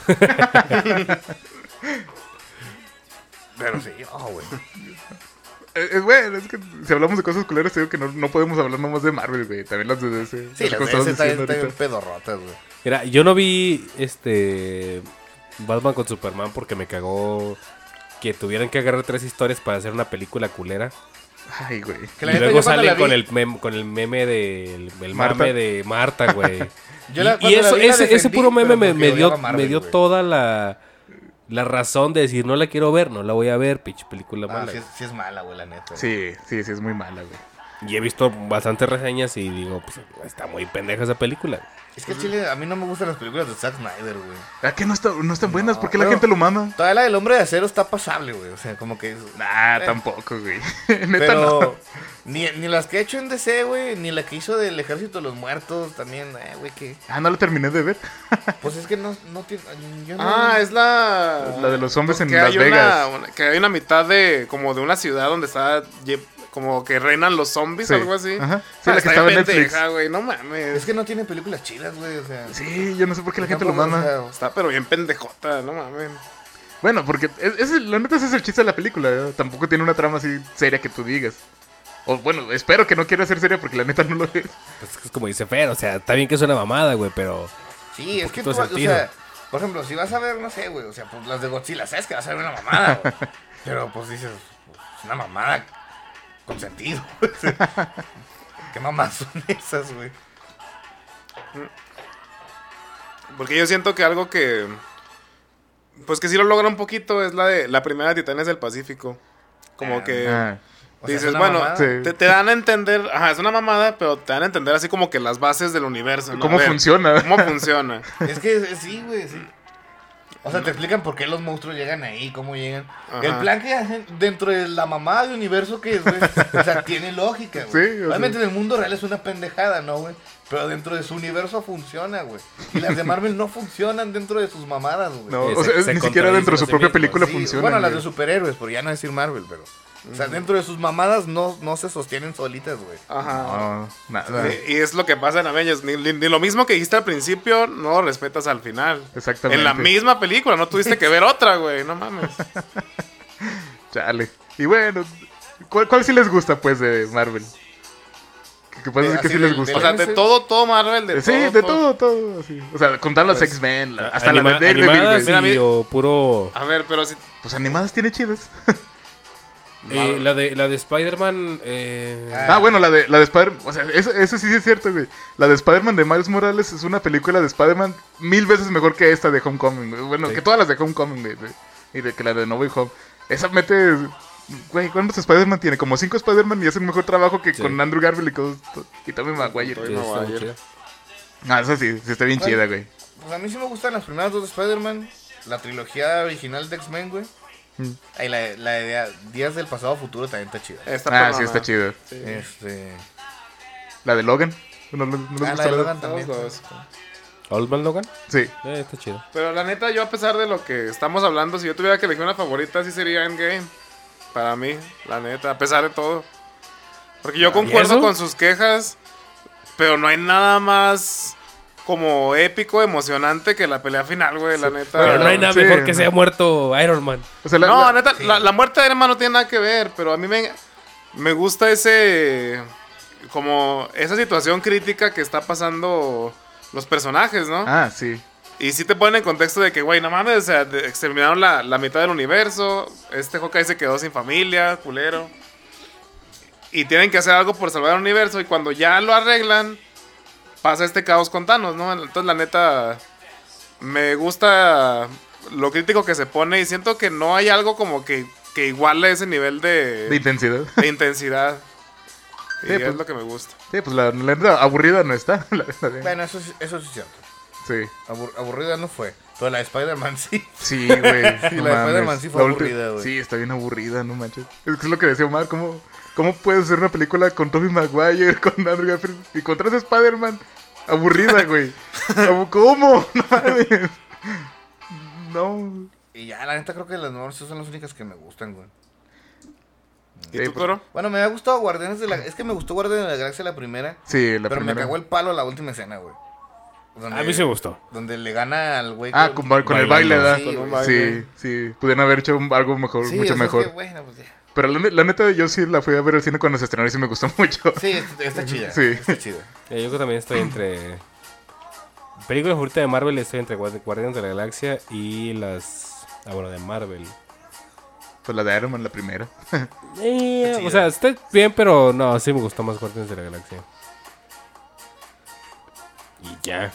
Pero sí, oh, güey. Eh, eh, Güey, es que si hablamos de cosas culeras, te digo que no, no podemos hablar nomás de Marvel, güey. También las de DC. Sí, las las cosas estabas veces están diciendo bien ahorita. pedorrotas, güey. Mira, yo no vi este Batman con Superman porque me cagó que tuvieran que agarrar tres historias para hacer una película culera. Ay, güey. Que la y neta, luego yo cuando la salen vi- con el, mem- con el meme de, el, el Marta. mame de Marta, güey. Yo la- y, y cuando la eso, vi, la ese, ese defendí, puro meme pero me, porque me dio, odiaba Marvel, me dio güey. toda la, la razón de decir, no la quiero ver, no la voy a ver, pinche película Ah, mala. sí, es- sí es mala, güey, la neta. Sí, sí, sí, es muy mala, güey. Y he visto bastantes reseñas y digo, pues está muy pendeja esa película. Es que al Chile, a mí no me gustan las películas de Zack Snyder, güey. ¿A que no, está- no están buenas? No, ¿Por qué la pero- gente lo mama? Todavía la del hombre de acero está pasable, güey. O sea, como que es- Nah, Eh. tampoco, güey. Neta, Pero ni, ni las que ha hecho en DC, güey, ni la que hizo del Ejército de los Muertos también, eh, güey, que... no. Ah, no la terminé de ver. Pues es que no, no tiene... yo no- Ah, es la. La de los hombres en que Las hay Vegas. Una, una- que hay una mitad de. Como de una ciudad donde está. lle- Como que reinan los zombies, Sí. algo así. Ah, Ajá. Sí, la que está estaba en bien Netflix. pendeja, güey, no mames. Es que no tiene películas chidas, güey, o sea... Sí, yo no sé por qué la gente lo tampoco, mama. o sea, Está pero bien pendejota, no mames. Bueno, porque es, es- la neta ese es el chiste de la película. ¿eh? Tampoco tiene una trama así seria que tú digas. O bueno, espero que no quiera ser seria porque la neta no lo es. Pues es como dice Fer, o sea, está bien que es una mamada, güey, pero... sí, es que tú, poquito o sentido. sea... Por ejemplo, si vas a ver, no sé, güey, o sea, pues las de Godzilla, sabes que vas a ver una mamada, güey. Pero pues dices, es una mamada con sentido, güey. ¿Qué mamadas son esas, güey? Porque yo siento que algo que. Pues que sí lo logra un poquito es la de la primera de Titanes del Pacífico. Como Ah, que. Ah, O sea, es Dices, una bueno, mamada. sí. te, te dan a entender, ajá, es una mamada, pero te dan a entender así como que las bases del universo. ¿no? ¿Cómo A ver, funciona? ¿Cómo funciona? Es que es- sí, güey, sí. O sea, te explican por qué los monstruos llegan ahí, cómo llegan. Ajá. El plan que hacen dentro de la mamada de universo que es, güey. O sea, tiene lógica, güey. Sí, o sea. Obviamente en el mundo real es una pendejada, ¿no, güey? Pero dentro de su universo funciona, güey. Y las de Marvel no funcionan dentro de sus mamadas, güey. No, Sí, o se- sea, es se ni siquiera dentro de su contradicen a sí propia mismos, película Sí, funciona. bueno, las de güey. Mm. superhéroes, por ya no decir Marvel, pero. O sea, dentro de sus mamadas no, no se sostienen solitas, güey. Ajá. No, Ah, nada. Y, y es lo que pasa en Avengers. Ni, ni- ni lo mismo que dijiste al principio, no lo respetas al final. Exactamente. En la misma película, no tuviste que ver otra, güey. No mames. Chale. Y bueno, ¿cuál, cuál sí les gusta, pues, de Marvel? ¿Qué, qué pasa? De- es que así sí del- les O gusta. sea, de todo, todo Marvel, de sí, todo. de todo, todo. sí. O sea, contar las X-Men, la- hasta Anima- la de Daredevil, animadas güey. y- Mira, mira. o puro... A ver, pero si. Pues animadas tiene chidas. Eh, la de, la de Spider-Man... eh, Ah, Ah, bueno, la de, la de Spider-Man. O sea, eso, eso sí es cierto, güey. La de Spider-Man de Miles Morales es una película de Spider-Man mil veces mejor que esta de Homecoming, güey. Bueno, Sí. que todas las de Homecoming, güey. güey. Y de, que la de No Way Home. Esa mete. Güey, ¿cuántos Spider-Man tiene? Como cinco Spider-Man y hace un mejor trabajo que Sí. con Andrew Garfield y, con- y Tommy Maguire. que güey. está muy Maguire. chida. Ah, esa sí, sí está bien chida, güey. Pues a mí sí me gustan las primeras dos de Spider-Man. La trilogía original de X-Men, güey. Mm. Y la, la idea, Días del pasado futuro también está chida. Este. Está Ah, perrona. sí, está chido. Este. La de Logan. ¿No, no- no les Ah, gusta la la de de- Logan Todos también. los- ¿Old Man Logan? Sí. Eh, está chido. Ah, Pero la neta, yo a pesar de lo que estamos hablando, si yo tuviera que elegir una favorita, sí sería Endgame. Para mí, la neta, a pesar de todo. Porque yo eso? concuerdo con sus quejas, pero no hay nada más como épico, emocionante que la pelea final, güey, la neta. Pero no hay nada sí, mejor que no. sea muerto Iron Man. O sea, la- no, la- neta, la, la muerte de Iron Man no tiene nada que ver, pero a mí me, me gusta ese. Como esa situación crítica que está pasando los personajes, ¿no? Ah, sí. Y si te ponen en contexto de que, güey, no mames, o sea, de- exterminaron la, la mitad del universo. Este Hawkeye se quedó sin familia, culero. Y tienen que hacer algo por salvar el universo. Y cuando ya lo arreglan, pasa este caos con Thanos, ¿no? Entonces, la neta, me gusta lo crítico que se pone. Y siento que no hay algo como que, que iguale ese nivel de, De intensidad. de intensidad. Y Sí, es pues. lo que me gusta. Sí, pues la, la neta aburrida no está. la- la de- Bueno, eso, sí- eso sí es cierto. sí. Abur- aburrida no fue. Pero la de Spider-Man sí. Sí, güey. Sí, la de Spider-Man sí fue La ulti- aburrida, güey. Sí, está bien aburrida, no manches. Es que es lo que decía Omar, ¿cómo, cómo puedes hacer una película con Tobey Maguire, con Andrew Garfield y con tres Spider-Man? Aburrida, güey. Abu- ¿Cómo? No mames. No. Y ya, la neta creo que las nuevas son las únicas que me gustan, güey. ¿Y tú, Sí, pues, Coro? Bueno, me había gustado Guardianes de la... Es que me gustó Guardianes de la Galaxia la primera. Sí, la pero primera. me cagó el palo la última escena, güey. Donde- A mí sí me gustó. Donde le gana al güey. Ah, que- con, ba- con el baile, Bailando. ¿verdad? Sí, Sí, güey. sí, Pudieron haber hecho un- algo mejor, Sí, mucho o sea, es que, mejor. bueno, pues ya. Pero la, ne- la neta, yo sí la fui a ver al cine cuando se estrenó y sí me gustó mucho. Sí, está, está chida. Sí. Está chida. Eh, yo creo que también estoy entre. Película favorita de Marvel, estoy entre Guardi- Guardianes de la Galaxia y las. Ah, bueno, de Marvel. Pues la de Iron Man, la primera. Eh, chida. o sea, está bien, pero no, sí me gustó más Guardianes de la Galaxia. Y ya.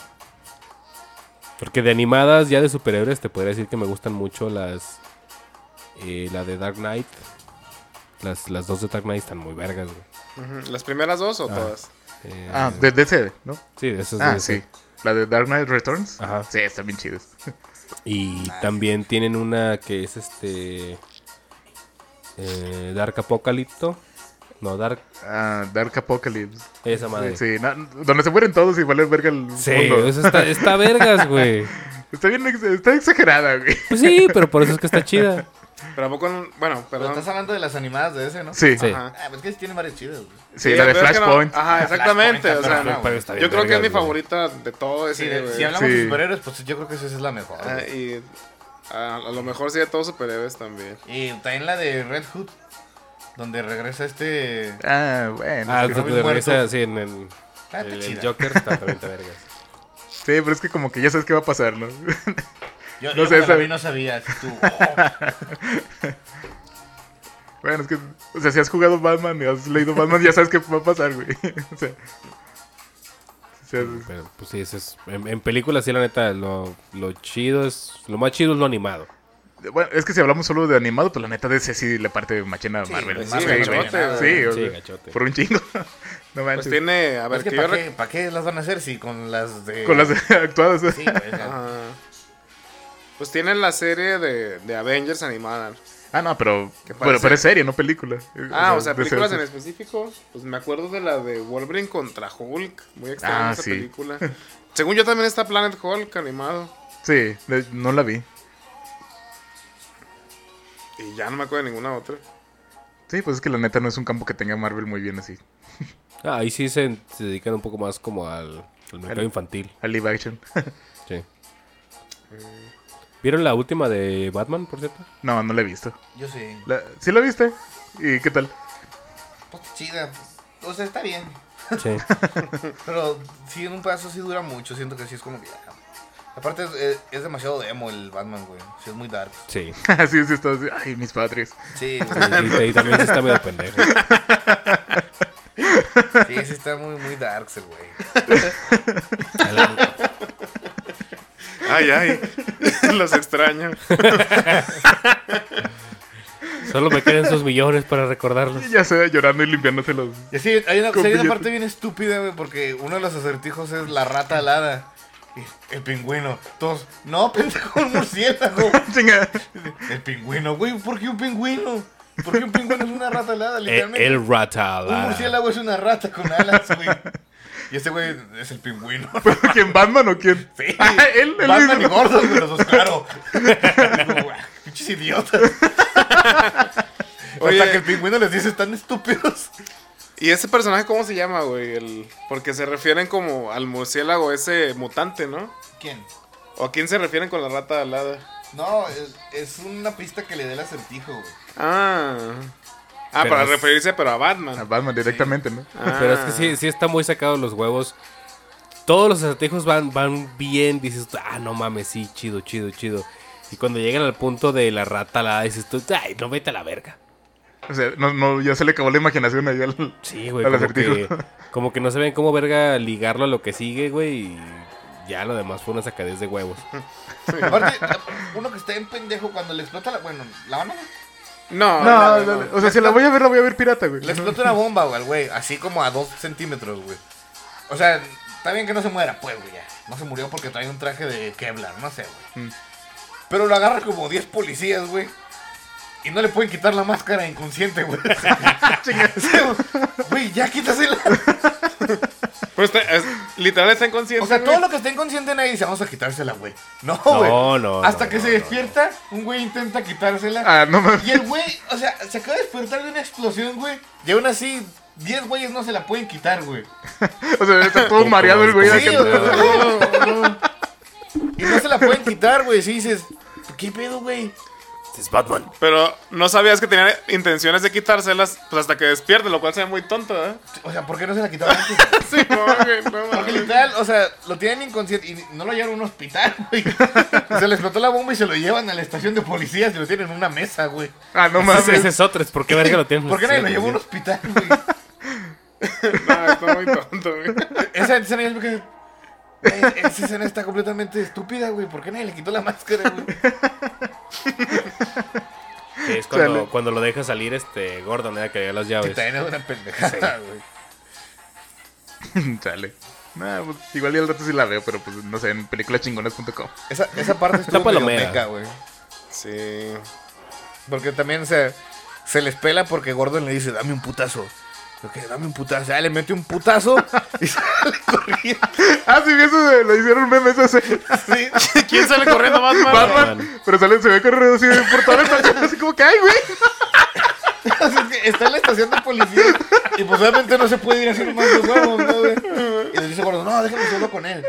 Porque de animadas, ya de superhéroes, te podría decir que me gustan mucho las. eh, la de Dark Knight. Las, las dos de Dark Knight están muy vergas, güey. Ujú, ¿Las primeras dos o Ah. todas? Eh, Ah, de DC, ¿no? sí, esas Ah, de- sí. La de Dark Knight Returns. Ajá. Sí, están bien chidas. Y también tienen una que es este. eh, Dark Apocalipto. No, Dark. Ah, Dark Apocalypse. Esa madre. Sí, Sí, na- donde se mueren todos y vale verga el mundo. esa está, está vergas, güey. Está bien, ex- está exagerada, güey. Pues sí, pero por eso es que está chida. Pero a poco, no- bueno, Pero perdón. estás hablando de las animadas de ese, ¿no? Sí, Sí. sí, Ajá. Ah, pues que sí tienen varias chidas, güey. la pero de es que no- Flashpoint. ajá, exactamente. Flashpoint, o sea, Flashpoint, no, pero está bien yo creo que es mi vergas, güey. favorita de todo ese. Sí, de- güey. si hablamos de Sí. superhéroes, pues yo creo que esa es la mejor. Ah, güey. y pues. a, a lo mejor sí de todos superhéroes también. y también la de Red Hood, donde regresa este. Ah, bueno. Ah, sí. de- de regresa sí, en el, Ah, está el- el chida. Joker. Está también está vergas. sí, pero es que como que ya sabes qué va a pasar, ¿no? Yo, no yo sé, cuando la esa- vi no sabía. así tú, oh, bueno, es que, o sea, si has jugado Batman y has leído Batman, ya sabes qué va a pasar, güey. O sea, o sea, Pero, pues sí, eso es. En, en películas, sí, la neta, lo, lo chido es. Lo más chido es lo animado. bueno, es que si hablamos solo de animado, pues la neta de ese sí le parte machina a Sí, Marvel. pues Sí, sí, güey. gachote, Sí, o Sí, sea, gachote. por un chingo. No Pues manches. tiene, a ver, es que que ¿para yo qué, rec- pa' qué las van a hacer si con las de. Con las actuadas. ¿eh? Sí, güey, no. Ajá. Pues tiene la serie de, de Avengers animada. Ah, no, pero, Que pero, parece- pero es serie, no película. Ah, o sea, de películas en ser- específico. Pues me acuerdo de la de Wolverine contra Hulk. Muy extraña Ah, esa sí. película. Según yo también está Planet Hulk animado. Sí, de- no la vi. Y ya no me acuerdo de ninguna otra. Sí, pues es que la neta no es un campo que tenga Marvel muy bien así. Ah, ahí sí se, se dedican un poco más como al, al mercado Al- infantil. A live action. Sí. Mm. ¿Vieron la última de Batman, por cierto? No, no la he visto. Yo sí. La- ¿Sí la viste? ¿Y qué tal? Pues está chida. pues, O sea, está bien. Sí. Pero sí, en un pedazo sí dura mucho. Siento que sí es como que. ah. Aparte, es, es- es demasiado demo el Batman, güey. Sí, es muy dark. Sí. Así es, está así. Ay, mis padres. Sí, Y, y- y también sí está medio pendejo. sí, sí está muy, muy dark el güey. Ay, ay. Los extraño. Solo me quedan sus millones para recordarlos. Y ya se va llorando y limpiándose los. Y así, hay una, Con hay una billete. parte bien estúpida, güey, porque uno de los acertijos es la rata alada. El pingüino. Todos, no, pendejo, un murciélago. Chinga. El pingüino, güey, ¿por qué un pingüino? ¿Por qué un pingüino es una rata alada? El, Literalmente, el rata. un murciélago es una rata con alas, güey. Y este güey es el pingüino. ¿Quién Batman o quién? Sí. Ah, él, él Batman y mismo. Gordo, güey, los dos, claro. Digo, güey, Pinches idiotas. Oye. Hasta que el pingüino les dice, están estúpidos. ¿Y ese personaje cómo se llama, güey? El... Porque se refieren como al murciélago ese mutante, ¿no? ¿Quién? ¿O a quién se refieren con la rata alada? No, es, es una pista que le dé el acertijo, güey. Ah. Ah, Pero para es- referirse, pero a A Batman. Ah, Batman directamente, ¿no? Ah. Pero es que sí, sí está muy sacado los huevos. Todos los acertijos van, van bien. Dices, ah, no mames, sí, chido, chido, chido. Y cuando llegan al punto de la rata alada, dices tú, ay, no vete a la verga. O sea, no, no, ya se le acabó la imaginación ahí al. Sí, güey. Al Como que, acertijo. como que no saben cómo verga ligarlo a lo que sigue, güey. Y ya lo demás fue una sacadez de huevos. Aparte, uno que está en pendejo cuando le explota la. Bueno, la van a. Ah. No, No, no, no, o sea, si la voy a ver, la voy a ver pirata, güey. Le explota una bomba, güey, al güey. Así como a dos centímetros, güey. O sea, está bien que no se muera, pues, güey, ya. No se murió porque trae un traje de Kevlar, no sé, güey. Mm. Pero lo agarra como 10 policías, güey. Y no le pueden quitar la máscara inconsciente, güey. Güey, ya quítasela. Pero está- es- literal está inconsciente. O sea, güey. todo lo que está inconsciente nadie dice, vamos a quitársela, güey. No, No, güey. no, Hasta no, que no, se no, despierta, un güey intenta quitársela. Ah, no mames. Y el güey, o sea, se acaba de despertar de una explosión, güey. Y aún así, 10 güeyes no se la pueden quitar, güey. O sea, está todo mareado el güey. Sí, acá. o sea, no, no. Y no se la pueden quitar, güey. Si dices, ¿qué pedo, güey? Es Batman. Pero no sabías que tenía intenciones de quitárselas pues hasta que despierte, lo cual se ve muy tonto, ¿eh? O sea, ¿por qué no se la quitaron antes? Sí, no, güey, no, Porque mames. literal, o sea, lo tienen inconsciente y no lo llevan a un hospital, güey. Se le explotó la bomba y se lo llevan a la estación de policías y lo tienen en una mesa, güey. Ah, no Ese, ese mames. es otro. es ¿Por qué verga lo tienes? ¿Por qué nadie lo llevó a un hospital, güey? No, está muy tonto, güey. Esa escena yo me quedé, "Güey, Eh, Esa escena está completamente estúpida, güey. ¿Por qué nadie le quitó la máscara, güey? Que es cuando, Chale. cuando lo deja salir este Gordon, era que le da las Que llaves. también es una pendejada, güey. Chale. Nah, pues, igual y al rato sí la veo, pero pues no sé, en peliculachingonas.com. Esa, esa parte estuvo medio palomera. meca, güey. Sí. Porque también se, se les pela porque Gordon le dice, dame un putazo. Ok, dame un putazo. Ah, le mete un putazo y sale corriendo. Ah, sí, vi eso, de- lo hicieron memes ese. Sí. ¿Quién sale corriendo más mal? Batman. Pero sale, se ve corriendo así por toda la estación, así como que, ay, güey. Así que está en la estación de policía y pues obviamente no se puede ir a hacer más de huevos, ¿no, güey? Y le dice Gordon, no, déjame solo con él.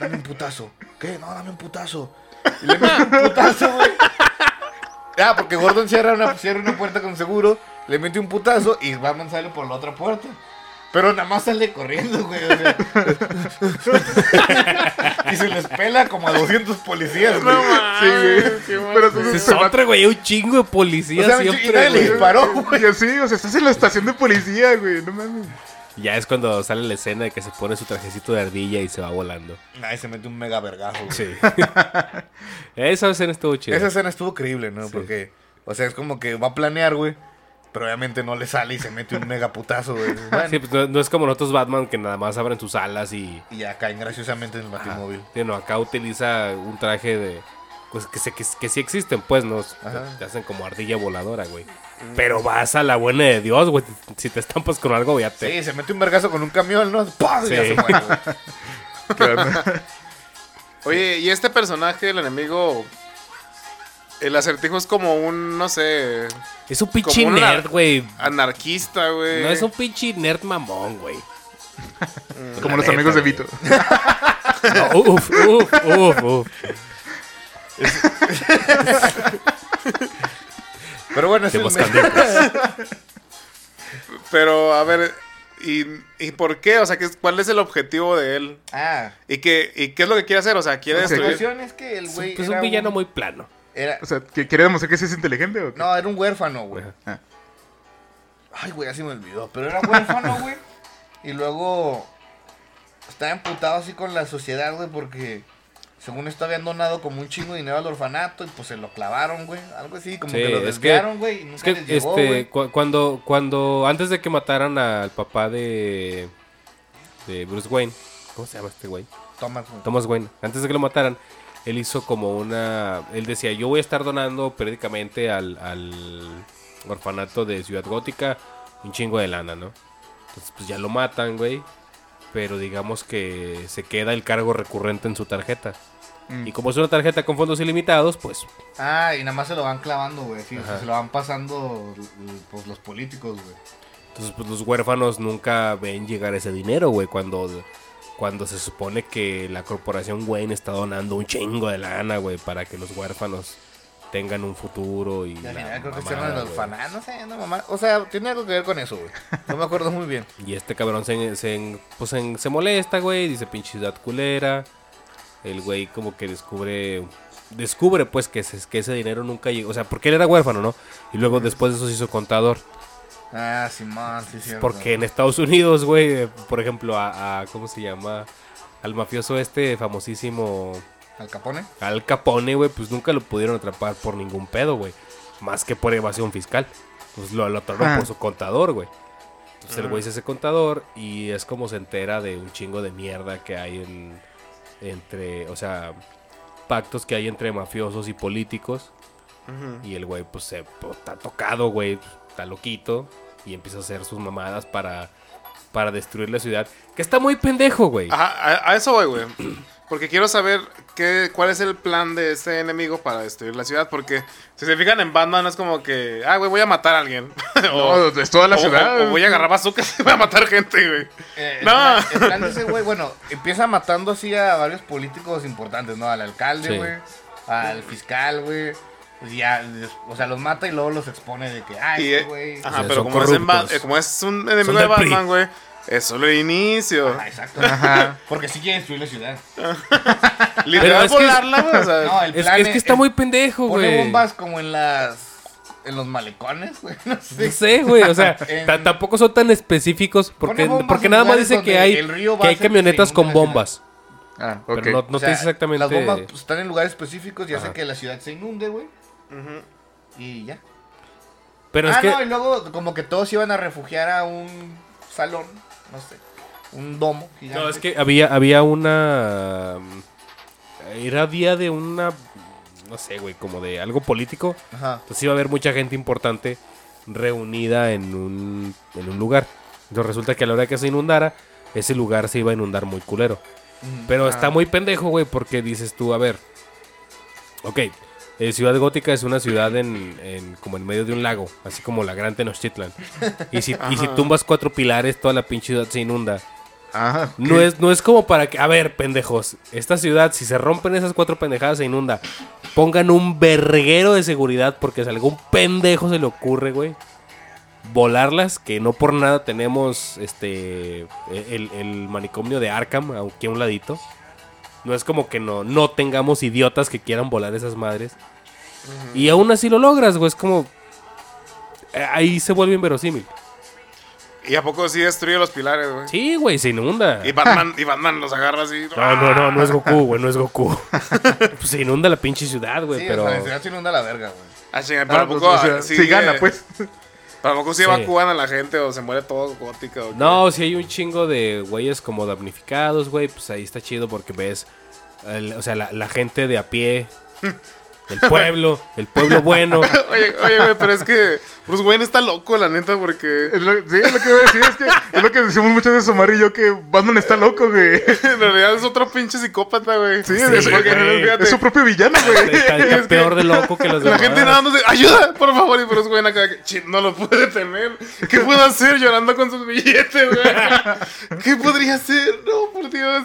Dame un putazo. ¿Qué? No, dame un putazo. Y le mete un putazo, güey. Ah, porque Gordon cierra una, cierra una puerta con seguro, le mete un putazo y Batman sale por la otra puerta. Pero nada más sale corriendo, güey. O sea. y se les pela como a 200 policías, güey. Sí, güey. Pero Ese entonces es se mata. otra, güey. Un chingo de O policías sea, y siempre, nadie le güey. disparó, güey. Y así, o sea, estás en la estación de policía, güey. No mames. Ya es cuando sale la escena de que se pone su trajecito de ardilla y se va volando. Nadie se mete un mega vergajo, güey. Sí. Esa escena estuvo chida. Esa escena estuvo creíble, ¿no? Sí. Porque, o sea, es como que va a planear, güey. Pero obviamente no le sale y se mete un mega putazo, güey. Bueno, Sí, pues no, no es como nosotros Batman que nada más abren sus alas y... Y ya caen graciosamente en el batimóvil. Sí, no, acá utiliza un traje de... Pues que, se- que, que sí existen, pues nos Ajá. Mm. te, hacen como ardilla voladora, güey. Pero vas a la buena de Dios, güey. Si te estampas con algo, ya te... Sí, se mete un vergazo con un camión, ¿no? ¡Pah! Y ya Sí. se muere, güey. Qué onda. Oye, y este personaje, el enemigo. El acertijo es como un, no sé, Es un pinche Como una- nerd, güey. anarquista, güey. No es un pinche nerd mamón, güey. Como La los amigos de neta, güey. Vito. No, uf, uf, uf, uf. Pero bueno, es Te el buscan mega- Pero, a ver, ¿y, y por qué? O sea, ¿qué es- ¿cuál es el objetivo de él? Ah, ¿Y qué, y qué es lo que quiere hacer? O sea, quiere Ok. la destruir. cuestión es que el Es güey. pues, un- era es un villano muy plano. era- O sea, ¿que ¿quiere demostrar que sí es inteligente o qué? No, era un huérfano, güey. Ah. Ay, güey, así me olvidó. Pero era huérfano, güey. Y luego estaba emputado así con la sociedad, güey, porque según esto habían donado como un chingo de dinero al orfanato y pues se lo clavaron, güey. Algo así, como Sí, que lo es que- desviaron, güey. y nunca Es que les llegó, este güey. cu- cuando cuando antes de que mataran al papá de de Bruce Wayne, ¿cómo se llama este güey? Thomas, güey. Thomas Wayne, antes de que lo mataran, él hizo como una... Él decía, yo voy a estar donando periódicamente al, al orfanato de Ciudad Gótica un chingo de lana, ¿no? Entonces, pues ya lo matan, güey. Pero digamos que se queda el cargo recurrente en su tarjeta. Y como es una tarjeta con fondos ilimitados, pues Ah, y nada más se lo van clavando, güey. Sí, o sea, Ajá. se lo van pasando l- pues, los políticos, güey. Entonces, pues los huérfanos nunca ven llegar ese dinero, güey, cuando, cuando se supone que la corporación Wayne está donando un chingo de lana, güey, para que los huérfanos tengan un futuro y... Y al la final creo que mamada, hicieron el güey. orfanato, no sé, no mamá. O sea, tiene algo que ver con eso, güey. No me acuerdo muy bien. Y este cabrón se, se- pues, se- se molesta, güey, dice pinche ciudad culera. El güey como que descubre... Descubre pues que, se- que ese dinero nunca llegó. O sea, porque él era huérfano, ¿no? Y luego después de eso se hizo contador. Ah, Simón, sí, cierto. Porque en Estados Unidos, güey, eh, por ejemplo, a, a- ¿cómo se llama? Al mafioso este famosísimo Al Capone. Al Capone, güey, pues nunca lo pudieron atrapar por ningún pedo, güey. Más que por evasión fiscal. Pues lo, lo atraparon Ah. por su contador, güey. Entonces Ah. el güey es ese contador y es como se entera de un chingo de mierda que hay en, entre, o sea, pactos que hay entre mafiosos y políticos. Ujú. Y el güey, pues, se, pues, está tocado, güey. Está loquito. Y empieza a hacer sus mamadas para, para destruir la ciudad. Que está muy pendejo, güey. Ah, Ajá, a, a eso voy, güey. Porque quiero saber qué, cuál es el plan de este enemigo para destruir la ciudad. Porque si se fijan en Batman, es como que, ah, güey, voy a matar a alguien. No, o, es toda la o- ciudad. o- o voy a agarrar bazookas y voy a matar gente, güey. Eh, el No. plan- El plan de ese güey, bueno, empieza matando así a varios políticos importantes, ¿no? Al alcalde, Sí. güey. Al fiscal, güey. Y ya, des- o sea, los mata y luego los expone de que, ah, Y, este eh, güey. ajá, O sea, pero son como es, en Ba- corruptos. eh, como es un enemigo de del PRI. Batman, güey, es solo el inicio. Ah, exacto. Porque sí quiere destruir la ciudad. Literal es que es- volarla, güey. o sea, No, el es, plan que- es que está el- muy pendejo, Pone güey. bombas como en las. En los malecones, güey. No No sé. sé, güey. O sea, En- ta- tampoco son tan específicos. Porque, bombas porque en nada más lugares dice que donde hay, el río va que a hay hacer que camionetas se con inunde la bombas. Ah, ok. Pero no, no O sea, te dice exactamente. Las bombas pues, están en lugares específicos y hacen Ajá. que la ciudad se inunde, güey. Y ya. Pero ah, es que. no, y luego como que todos iban a refugiar a un salón, no sé, un domo. gigante. No, es que había, había una. mm, Era día de una. No sé, güey, como de algo político. Ajá. Entonces iba a haber mucha gente importante reunida en un, en un lugar. Entonces resulta que a la hora que se inundara, ese lugar se iba a inundar muy culero. Mm. Pero está muy pendejo, güey, porque dices tú, a ver. Ok, eh, Ciudad Gótica es una ciudad en, en- como en medio de un lago, así como la gran Tenochtitlan. Y si, y si tumbas cuatro pilares, toda la pinche ciudad se inunda. Ah, ok. No es, no es como para que. A ver, pendejos. Esta ciudad, si se rompen esas cuatro pendejadas, se inunda. Pongan un verguero de seguridad porque si a algún pendejo se le ocurre, güey. Volarlas, que no por nada tenemos este el, el manicomio de Arkham aquí a un ladito. No es como que no, no tengamos idiotas que quieran volar esas madres. Y aún así lo logras, güey. Es como. eh, Ahí se vuelve inverosímil. Y a poco sí destruye los pilares, güey. Sí, güey, Ah, se inunda. Y Batman, y Batman los agarra así. ah, No, no, no, no es Goku, güey, no es Goku. pues se inunda la pinche ciudad, güey, Sí, pero. o sea, la ciudad se inunda la verga, güey. Ah, chinga, pero Ah, a pues, poco o sea, ah, si sigue- gana, pues. Pero a poco sí Sí. evacúan a la gente o se muere todo gótica. o No, si hay un chingo de güeyes como damnificados, güey, pues ahí está chido porque ves. el- o sea, la, la gente de a pie. El pueblo, el pueblo bueno. qué. Oye, oye, güey, pero es que Bruce Wayne está loco, la neta, porque Es lo, sí, es lo que iba a decir. Es, que, es lo que decimos muchas veces Omar y yo que Batman está loco, güey. en realidad es otro pinche psicópata, güey. Sí, Sí, es, porque güey. fíjate, es su propio villano, güey. Está, está peor de loco que los la demás. gente nada más dice, ayuda, por favor, y Bruce Wayne acá, "Chin, no lo puede tener. ¿Qué puedo hacer llorando con sus billetes, güey? ¿Qué podría hacer? No, por Dios.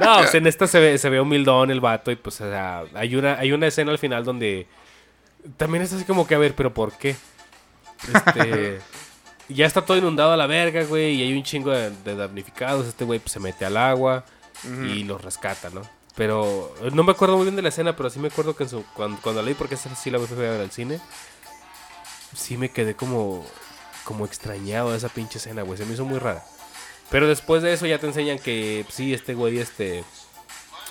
No, o sea, en esta se ve, se ve humildón el vato y pues, o sea, hay una, hay una escena al final donde también es así como que, a ver, pero ¿por qué? Este, ya está todo inundado a la verga, güey, y hay un chingo de, de damnificados, este güey pues, se mete al agua y los rescata, ¿no? Pero eh, no me acuerdo muy bien de la escena, pero sí me acuerdo que en su- cuando, cuando la leí, porque esa sí la fui a ver al cine, sí me quedé como, como extrañado de esa pinche escena, güey, se me hizo muy rara. Pero después de eso ya te enseñan que sí, este güey este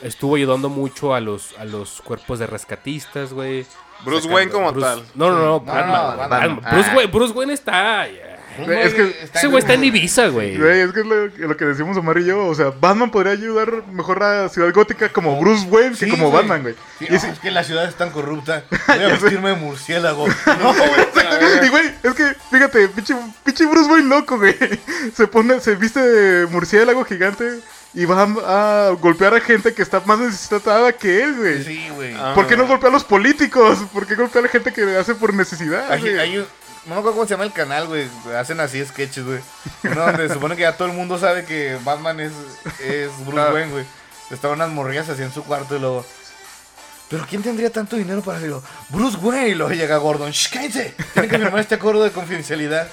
estuvo ayudando mucho a los a los cuerpos de rescatistas, güey. Bruce Sacando- Wayne como tal. No, no, no, No, Batman, no, Batman. Batman. Bruce Ah. Wayne, Bruce Wayne está Es que- Ese güey está en Ibiza, güey. Güey, es que es lo, lo que decimos Omar y yo. O sea, Batman podría ayudar mejor a Ciudad Gótica como Bruce Wayne Sí, que como güey. Batman, güey. Sí, Y ah, sí- Es que la ciudad es tan corrupta. Voy a vestirme de murciélago. No, güey. Y güey, es que, fíjate, pinche, pinche Bruce Wayne loco, güey. Se pone, se viste de murciélago gigante y va a, a golpear a gente que está más necesitada que él, güey. Sí, güey. Ah, ¿Por qué no golpea a los políticos? ¿Por qué golpea a la gente que hace por necesidad? Hay- güey? Ah, hay un- no me acuerdo cómo se llama el canal, güey. Hacen así sketches, güey. Uno donde se supone que ya todo el mundo sabe que Batman es, es Bruce Claro. Wayne, güey. Estaban unas morrillas así en su cuarto y luego. Pero ¿quién tendría tanto dinero para hacerlo? Bruce Wayne. Y luego llega Gordon. ¡Shh, cállense! Tienen que firmar este acuerdo de confidencialidad.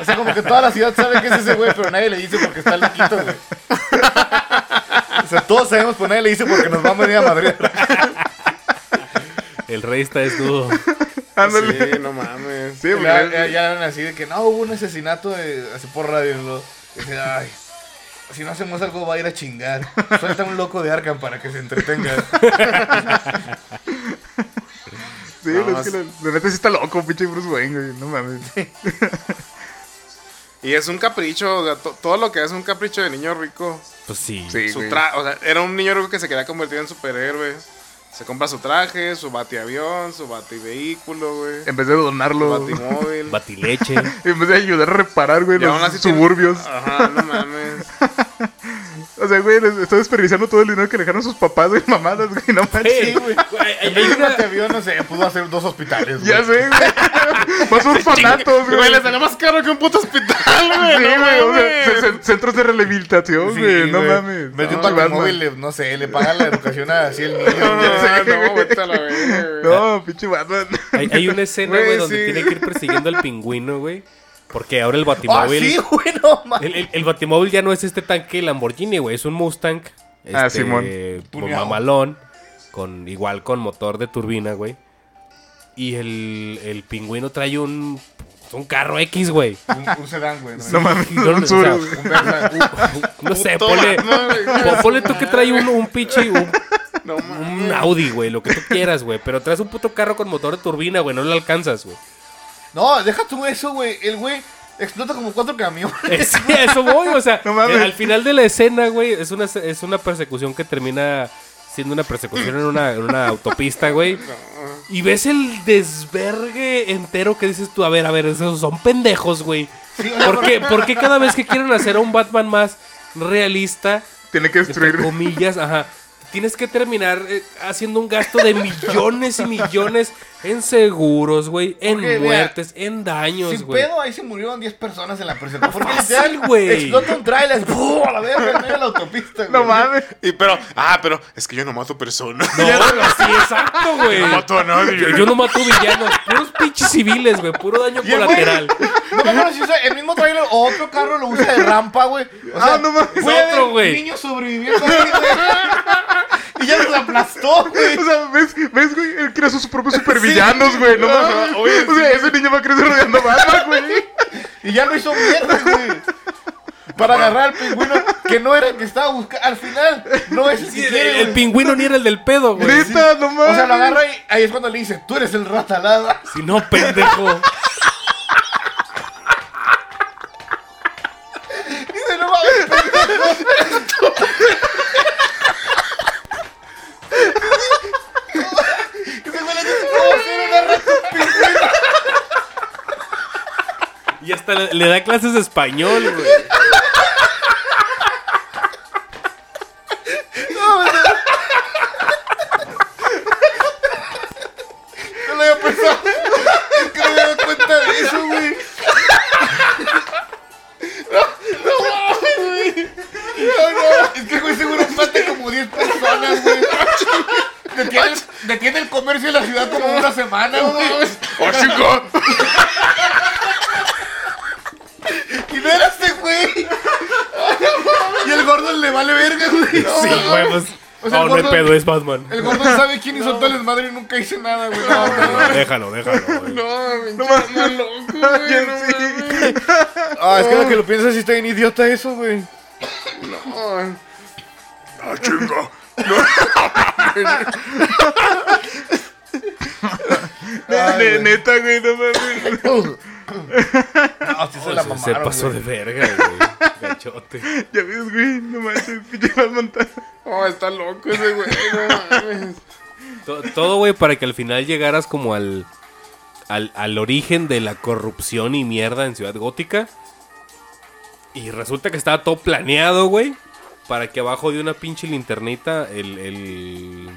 O sea, como que toda la ciudad sabe que es ese güey, pero nadie le dice porque está loquito, güey. O sea, todos sabemos, pero nadie le dice porque nos va a venir a Madrid. El rey está desnudo. Ándale. Sí, eh, no mames. Sí, Y porque- la- ya, ya eran así de que no hubo un asesinato de- así por radio. y luego, dice, "Ay, si no hacemos algo va a ir a chingar. Suelta un loco de Arkham para que se entretenga. Sí, pues No, es que sí. la, la neta sí está loco, pinche Bruce Wayne, güey. No mames. Y es un capricho, o sea, to- todo lo que es un capricho de niño rico. Pues sí. Sí, su güey. tra- o sea, era un niño rico que se quería convertir en superhéroe. Se compra su traje, su batiavión, su bativehículo, güey. En vez de Su donarlo, batimóvil. Batileche. en vez de ayudar a reparar, güey, Y aún los así tiene- suburbios. Ajá, no mames. O sea, güey, les- está desperdiciando todo el dinero que le dejaron sus papás, güey, mamadas, güey, no manches. Sí, güey. Hay- hay No una- te vio, Este no sé, pudo hacer dos hospitales. Ya güey. sé, güey. Más orfanatos, güey. Güey, le salió más caro que un puto hospital, güey. Sí, no güey, o mames. sea, ce- ce- centros de rehabilitación, Sí, güey, no güey. mames. No, Metió un Batman. Batmóvil, le- no sé, le paga la educación a así el niño. No, sé, güey. no, vete a la verga, güey. No, pinche Batman. Hay, hay una escena, Güey, güey, donde sí. tiene que ir persiguiendo al pingüino, güey. Porque ahora el Ah, batimóvil. sí, güey, no mames. el, el- el batimóvil ya no es este tanque Lamborghini, güey. Es un Mustang. Ah, este, Simón. Con Tuneado. mamalón. Con, igual con motor de turbina, güey. Y el, el pingüino trae un. Un carro X, güey. Un, un sedán, güey. No No, mames, No, un o sur, sea, güey. un Versa, un- No sé, Puto ponle. Batman, güey. po- Ponle tú que trae un, un pinche. Un, No un Audi, güey. Lo que tú quieras, güey. Pero traes un puto carro con motor de turbina, güey. No lo alcanzas, güey. no, deja tú eso, güey. El güey explota como cuatro camiones. Es- sí, a eso voy, o sea, No mames. eh, al final de la escena, güey, es una, es una persecución que termina siendo una persecución en una, en una autopista, güey. Y ves el desvergue entero que dices tú, a ver, a ver, esos son pendejos, güey. ¿Por qué, por qué cada vez que quieren hacer a un Batman más realista, Tiene que entre destruir. comillas, ajá, tienes que terminar eh, haciendo un gasto de millones y millones en seguros, güey, en Ok, vea. muertes, en daños, Sin güey. pedo, ahí se murieron 10 personas en la persecución. Porque Fácil, literal, güey. Explota un trailer. ¡pum! A la verga, en medio de la autopista, güey. No mames. Y pero, ah, pero es que yo no mato personas. No, no, sí, exacto, güey. No mato a nadie. Yo, yo no mato villanos, puros pinches civiles, güey, puro daño el güey- colateral. No me acuerdo si usa el mismo trailer o otro carro lo usa de rampa, güey. O Ah, no mames. puede Otro, haber güey. niños sobreviviendo ahí, güey. Y ya los aplastó, güey. O sea, ¿ves, ¿ves, güey? Él crea sus propios supervillanos, güey. No mames. o sea, ese niño va a crecer rodeando a Batman, güey. Y ya lo hizo mierda, güey. Para agarrar al pingüino que no era el que estaba buscando. Al final, no es el Sí, que el, quiere, el güey. pingüino ni era el del pedo, güey. Neta, no mames. O sea, lo agarra y ahí es cuando le dice, tú eres el ratalada. Si no, pendejo. Y dice, no mames, pendejo. Ese güey le dice, "No, sí, era una rata". Y hasta le, le da clases de español, güey. No lo había pensado. Nunca me había dado cuenta de eso, güey. No, no, mames, güey. No, no. Es que, güey, seguro falta como 10 personas, güey. Detiene, el- detiene el comercio de la ciudad como una semana, güey. ¡Oh, chico! Y no era este, güey. Y el gordo le vale verga, güey. Sí, güey, pues. O sea, no, no hay gordo- pedo, es Batman. El gordo sabe quién hizo todo el desmadre y nunca hizo nada, güey. No, no, no. Déjalo, déjalo, güey. No mames, loco, güey. No mames. Ah, es que lo que lo piensas sí está bien idiota eso, güey. Ay. ¡Ah, chingo! Ne- Neta, güey, no mames. No, sí se la mamaron, se pasó güey. de verga, güey. Gachote. Ya ves, güey, no manches, pinche Bad Montana. Oh, está loco ese güey, no mames. To- Todo, güey, para que al final llegaras como al, al, al origen de la corrupción y mierda en Ciudad Gótica. Y resulta que estaba todo planeado, güey. Para que abajo de una pinche linternita el... El,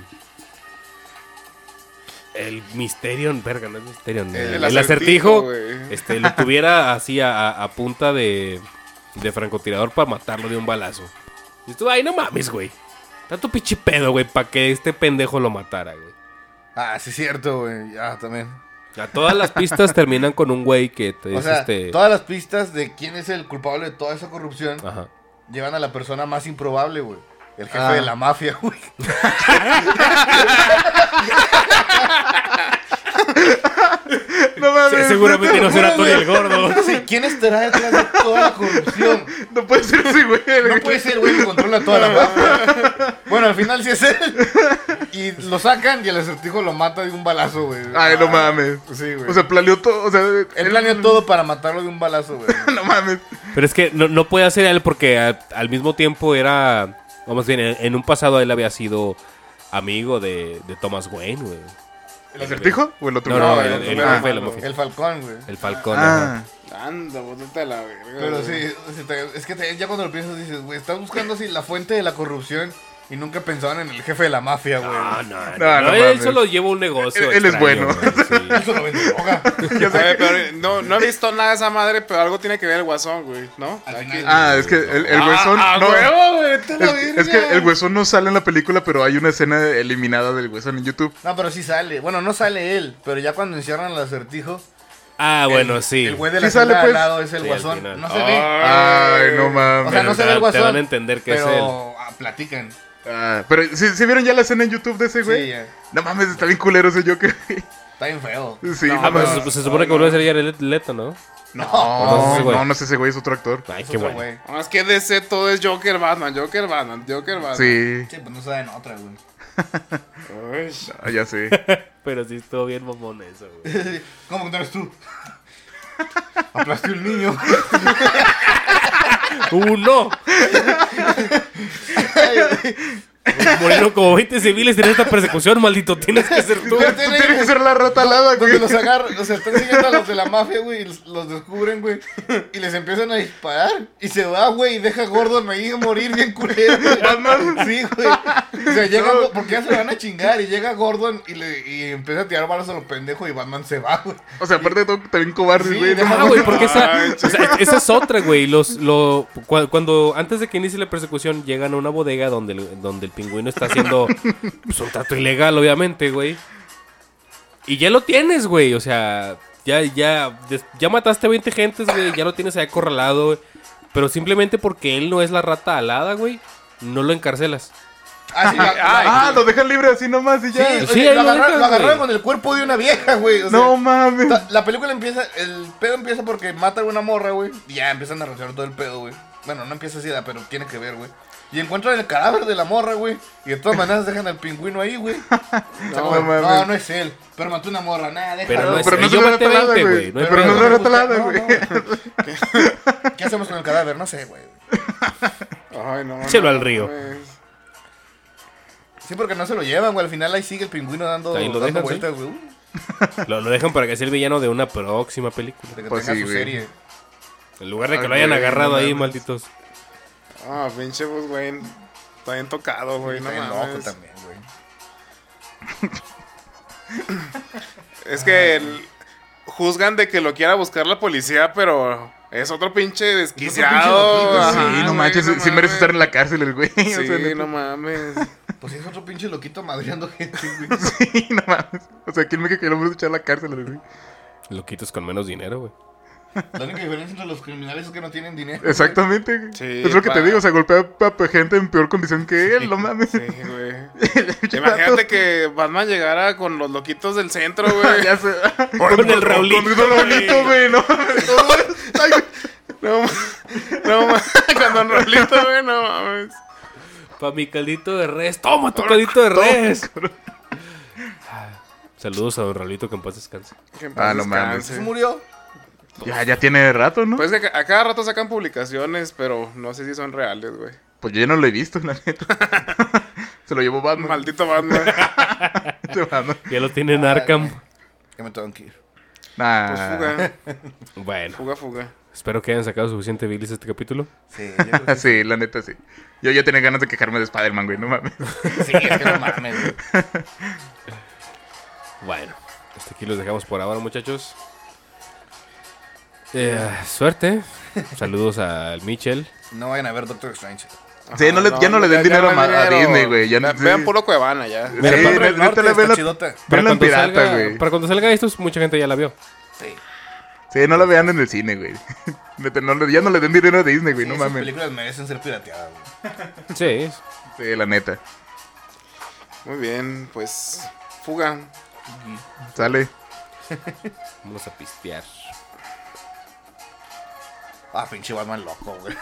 el misterio, verga, no es misterio, el, el acertijo, güey. este, lo tuviera así a, a- a punta de, de francotirador para matarlo de un balazo. Y tú, ay, no mames, güey. Tanto pinche pedo, güey, para que este pendejo lo matara, güey. Ah, sí, es cierto, güey. Ya, también. Ya todas las pistas terminan con un güey que te O dice sea, este. Ah. todas las pistas de quién es el culpable de toda esa corrupción Ajá. llevan a la persona más improbable, güey. El jefe Ah. de la mafia, güey. No mames. Sí, seguramente no será Tony el gordo. Sí, ¿Quién estará detrás de toda la corrupción? No puede ser ese, güey. No puede ser, güey, que controla toda la mafia. Bueno, al final sí es él. Y lo sacan y el acertijo lo mata de un balazo, güey. Ay, no mames. Sí, güey. O sea, planeó todo. O sea, él planeó todo para matarlo de un balazo, güey. No mames. Pero es que no, no puede hacer él porque a- al mismo tiempo era. Vamos bien, en, en un pasado él había sido amigo de, de Thomas Wayne, güey. ¿El acertijo o el otro? No, no, Ah, el, el el otro. jefe de la Ah, mafia. El falcón, güey. El falcón, Ah, ajá. Anda, bótate a la verga. Pero güey. sí, sí te- es que te- ya cuando lo piensas dices, güey, estás buscando así la fuente de la corrupción y nunca pensaban en el jefe de la mafia, güey. Ah, No, no, no, No, no no, él mames. solo lleva un negocio. Él- él es extraño, bueno. güey, sí. Eso lo vende droga. A ver, pero eh, no, no he visto nada de esa madre, pero algo tiene que ver el guasón, güey, ¿no? Al Aquí- final- Ah, es que el, el Ah, huesón. a no, huevo, güey, vete a la es, es que verga. el huesón no sale en la película, pero hay una escena eliminada del huesón en YouTube. No, pero sí sale. Bueno, no sale él, pero ya cuando encierran el acertijo. Ah, bueno, el- sí. El güey de la Sí sale, celda al pues. lado es el Sí, al guasón. final. No se ve. Ay, no O mames. sea, no se ve el Te van a guasón. entender que es pero, él. ah, platican. Ah, pero si vieron ya la escena en YouTube de ese güey. Sí, ya. No mames, está bien culero ese Joker. Está bien feo. Sí, No, pues, no, Ah, no, pero no, se, se supone que no, volvió a ser Jared Leto, ¿no? No. no es ese güey. no, no es ese güey, es otro actor. Ay, es qué otro bueno. güey. No, es que DC todo es Joker Batman, Joker Batman, Joker Batman. Sí, Sí, pues no saben otra, güey. Uy, ah, ya sé. Pero sí estuvo bien mamón eso, güey. ¿Cómo que no eres tú? Aplasté un niño. ¡Uno! Moreno, como 20 civiles en esta persecución, maldito, tienes que ser tú. Tú, tú tienes que ser la rata alada, Donde güey. los agarran, o sea, están siguiendo a los de la mafia, güey, y los- los descubren, güey, y les empiezan a disparar, y se va, güey, y deja a Gordon ahí a morir bien culero, güey. Sí, güey. O sea, llega, Go- porque ya se lo van a chingar, y llega Gordon y, le, y empieza a tirar balas a los pendejos, y Batman se va, güey. O sea, aparte de todo, también cobarde, Sí, güey. no deja- Ah, mames. güey, porque esa, Ay, o sea, esa es otra, güey. Los, lo, cua- cuando antes de que inicie la persecución llegan a una bodega donde el, donde el pingüino está haciendo pues, un trato ilegal, obviamente, güey. Y ya lo tienes, güey. O sea, ya, ya, des- ya mataste a 20 gentes, güey. Ya lo tienes ahí acorralado, güey. Pero simplemente porque él no es la rata alada, güey, no lo encarcelas. Ah, sí, la- la- Ah, lo dejan libre así nomás y sí, ya. o sea, Sí, ahí lo lo agarraron, dejan, lo agarraron güey. con el cuerpo de una vieja, güey. o sea, no mames. ta- la película empieza, el pedo empieza porque mata a una morra, güey, y ya empiezan a resolver todo el pedo, güey. Bueno, no empieza así, da, pero tiene que ver, güey. Y encuentran el cadáver de la morra, güey. Y de todas maneras dejan al pingüino ahí, güey. No, No, mames. no, no es él. Pero mató una morra, nada, déjalo. Pero no es pero no él. es Yo la maté rata alada, 20, güey. güey. No hay Pero no es problema. la rata alada, No, güey. no. ¿Qué hacemos con el cadáver? No sé, güey. Ay, no. Échelo no, al río. mames. Sí, porque no se lo llevan, güey. Al final ahí sigue el pingüino dando, Ahí lo dando dejan, vueltas, güey. Lo, lo dejan para que sea el villano de una próxima película. De que Pues tenga sí, su güey. serie. En lugar de que Ay, lo hayan Ah, güey, agarrado no ahí, mames. malditos. Ah, pinche Bruce Wayne. Está bien tocado, güey, no Está bien mames. loco también, güey. Es que el- juzgan de que lo quiera buscar la policía, pero es otro pinche desquiciado. loquito, Sí, ajá, no güey, manches, sí- sí mames. merece estar en la cárcel el güey. o sea, Sí, neta. no mames. Pues sí, es otro pinche loquito madreando gente, güey. Sí, no mames. O sea, aquí en México ya lo hemos echado a la cárcel, güey. Loquitos con menos dinero, güey. La única diferencia entre los criminales es que no tienen dinero. Exactamente. güey. Sí, es lo que pa. te digo, o sea, golpea a gente en peor condición que él, no mames. Sí, güey. Imagínate que Batman llegara con los loquitos del centro, güey. Ya sé. Con el Raulito, Con el Raulito, güey, no mames. No mames. Ay, güey. No, ma- no mames. Con Don Rolito, güey, no mames. Pa' mi caldito de res. Toma tu caldito de res. Ah, Saludos a don Raulito, que en paz descanse. Que en paz Ah, no mames. descanse. ¿Se murió? Ya, ya tiene rato, ¿no? Pues, Pues que a cada rato sacan publicaciones, pero no sé si son reales, güey. pues yo ya no lo he visto, la neta. Se lo llevó Batman. Maldito Batman. Pues Este Batman. Ya lo tiene Ah, en Arkham. Ya me tengo que ir. Nah. Pues fuga, Bueno, fuga, fuga. espero que hayan sacado suficiente bilis este capítulo. Sí, yo creo que sí. Sí, la neta sí. Yo ya tenía ganas de quejarme de Spider-Man, güey, no mames. Sí, es que no mames. güey. Bueno, hasta aquí los dejamos por ahora, muchachos. Eh, suerte. Saludos al Michel. No vayan a ver Doctor Strange. Sí, no le- ya no le den dinero a ma- a Disney, güey, ya Ve- no- sí. Vean puro Cuevana ya. Sí, Pero neta, Pablo del Norte le está ve la- chidota. Para Velan cuando, pirata, salga, güey. para cuando salga esto, mucha gente ya la vio. Sí. Sí, no la vean en el cine, güey. Neta, no le- ya no le den dinero a Disney, güey, Sí, no esas mames. películas merecen ser pirateadas, güey. Sí. Sí, la neta. Muy bien, pues. Fuga. Sale. Vamos a pistear. Ah, pinche Batman loco, güey.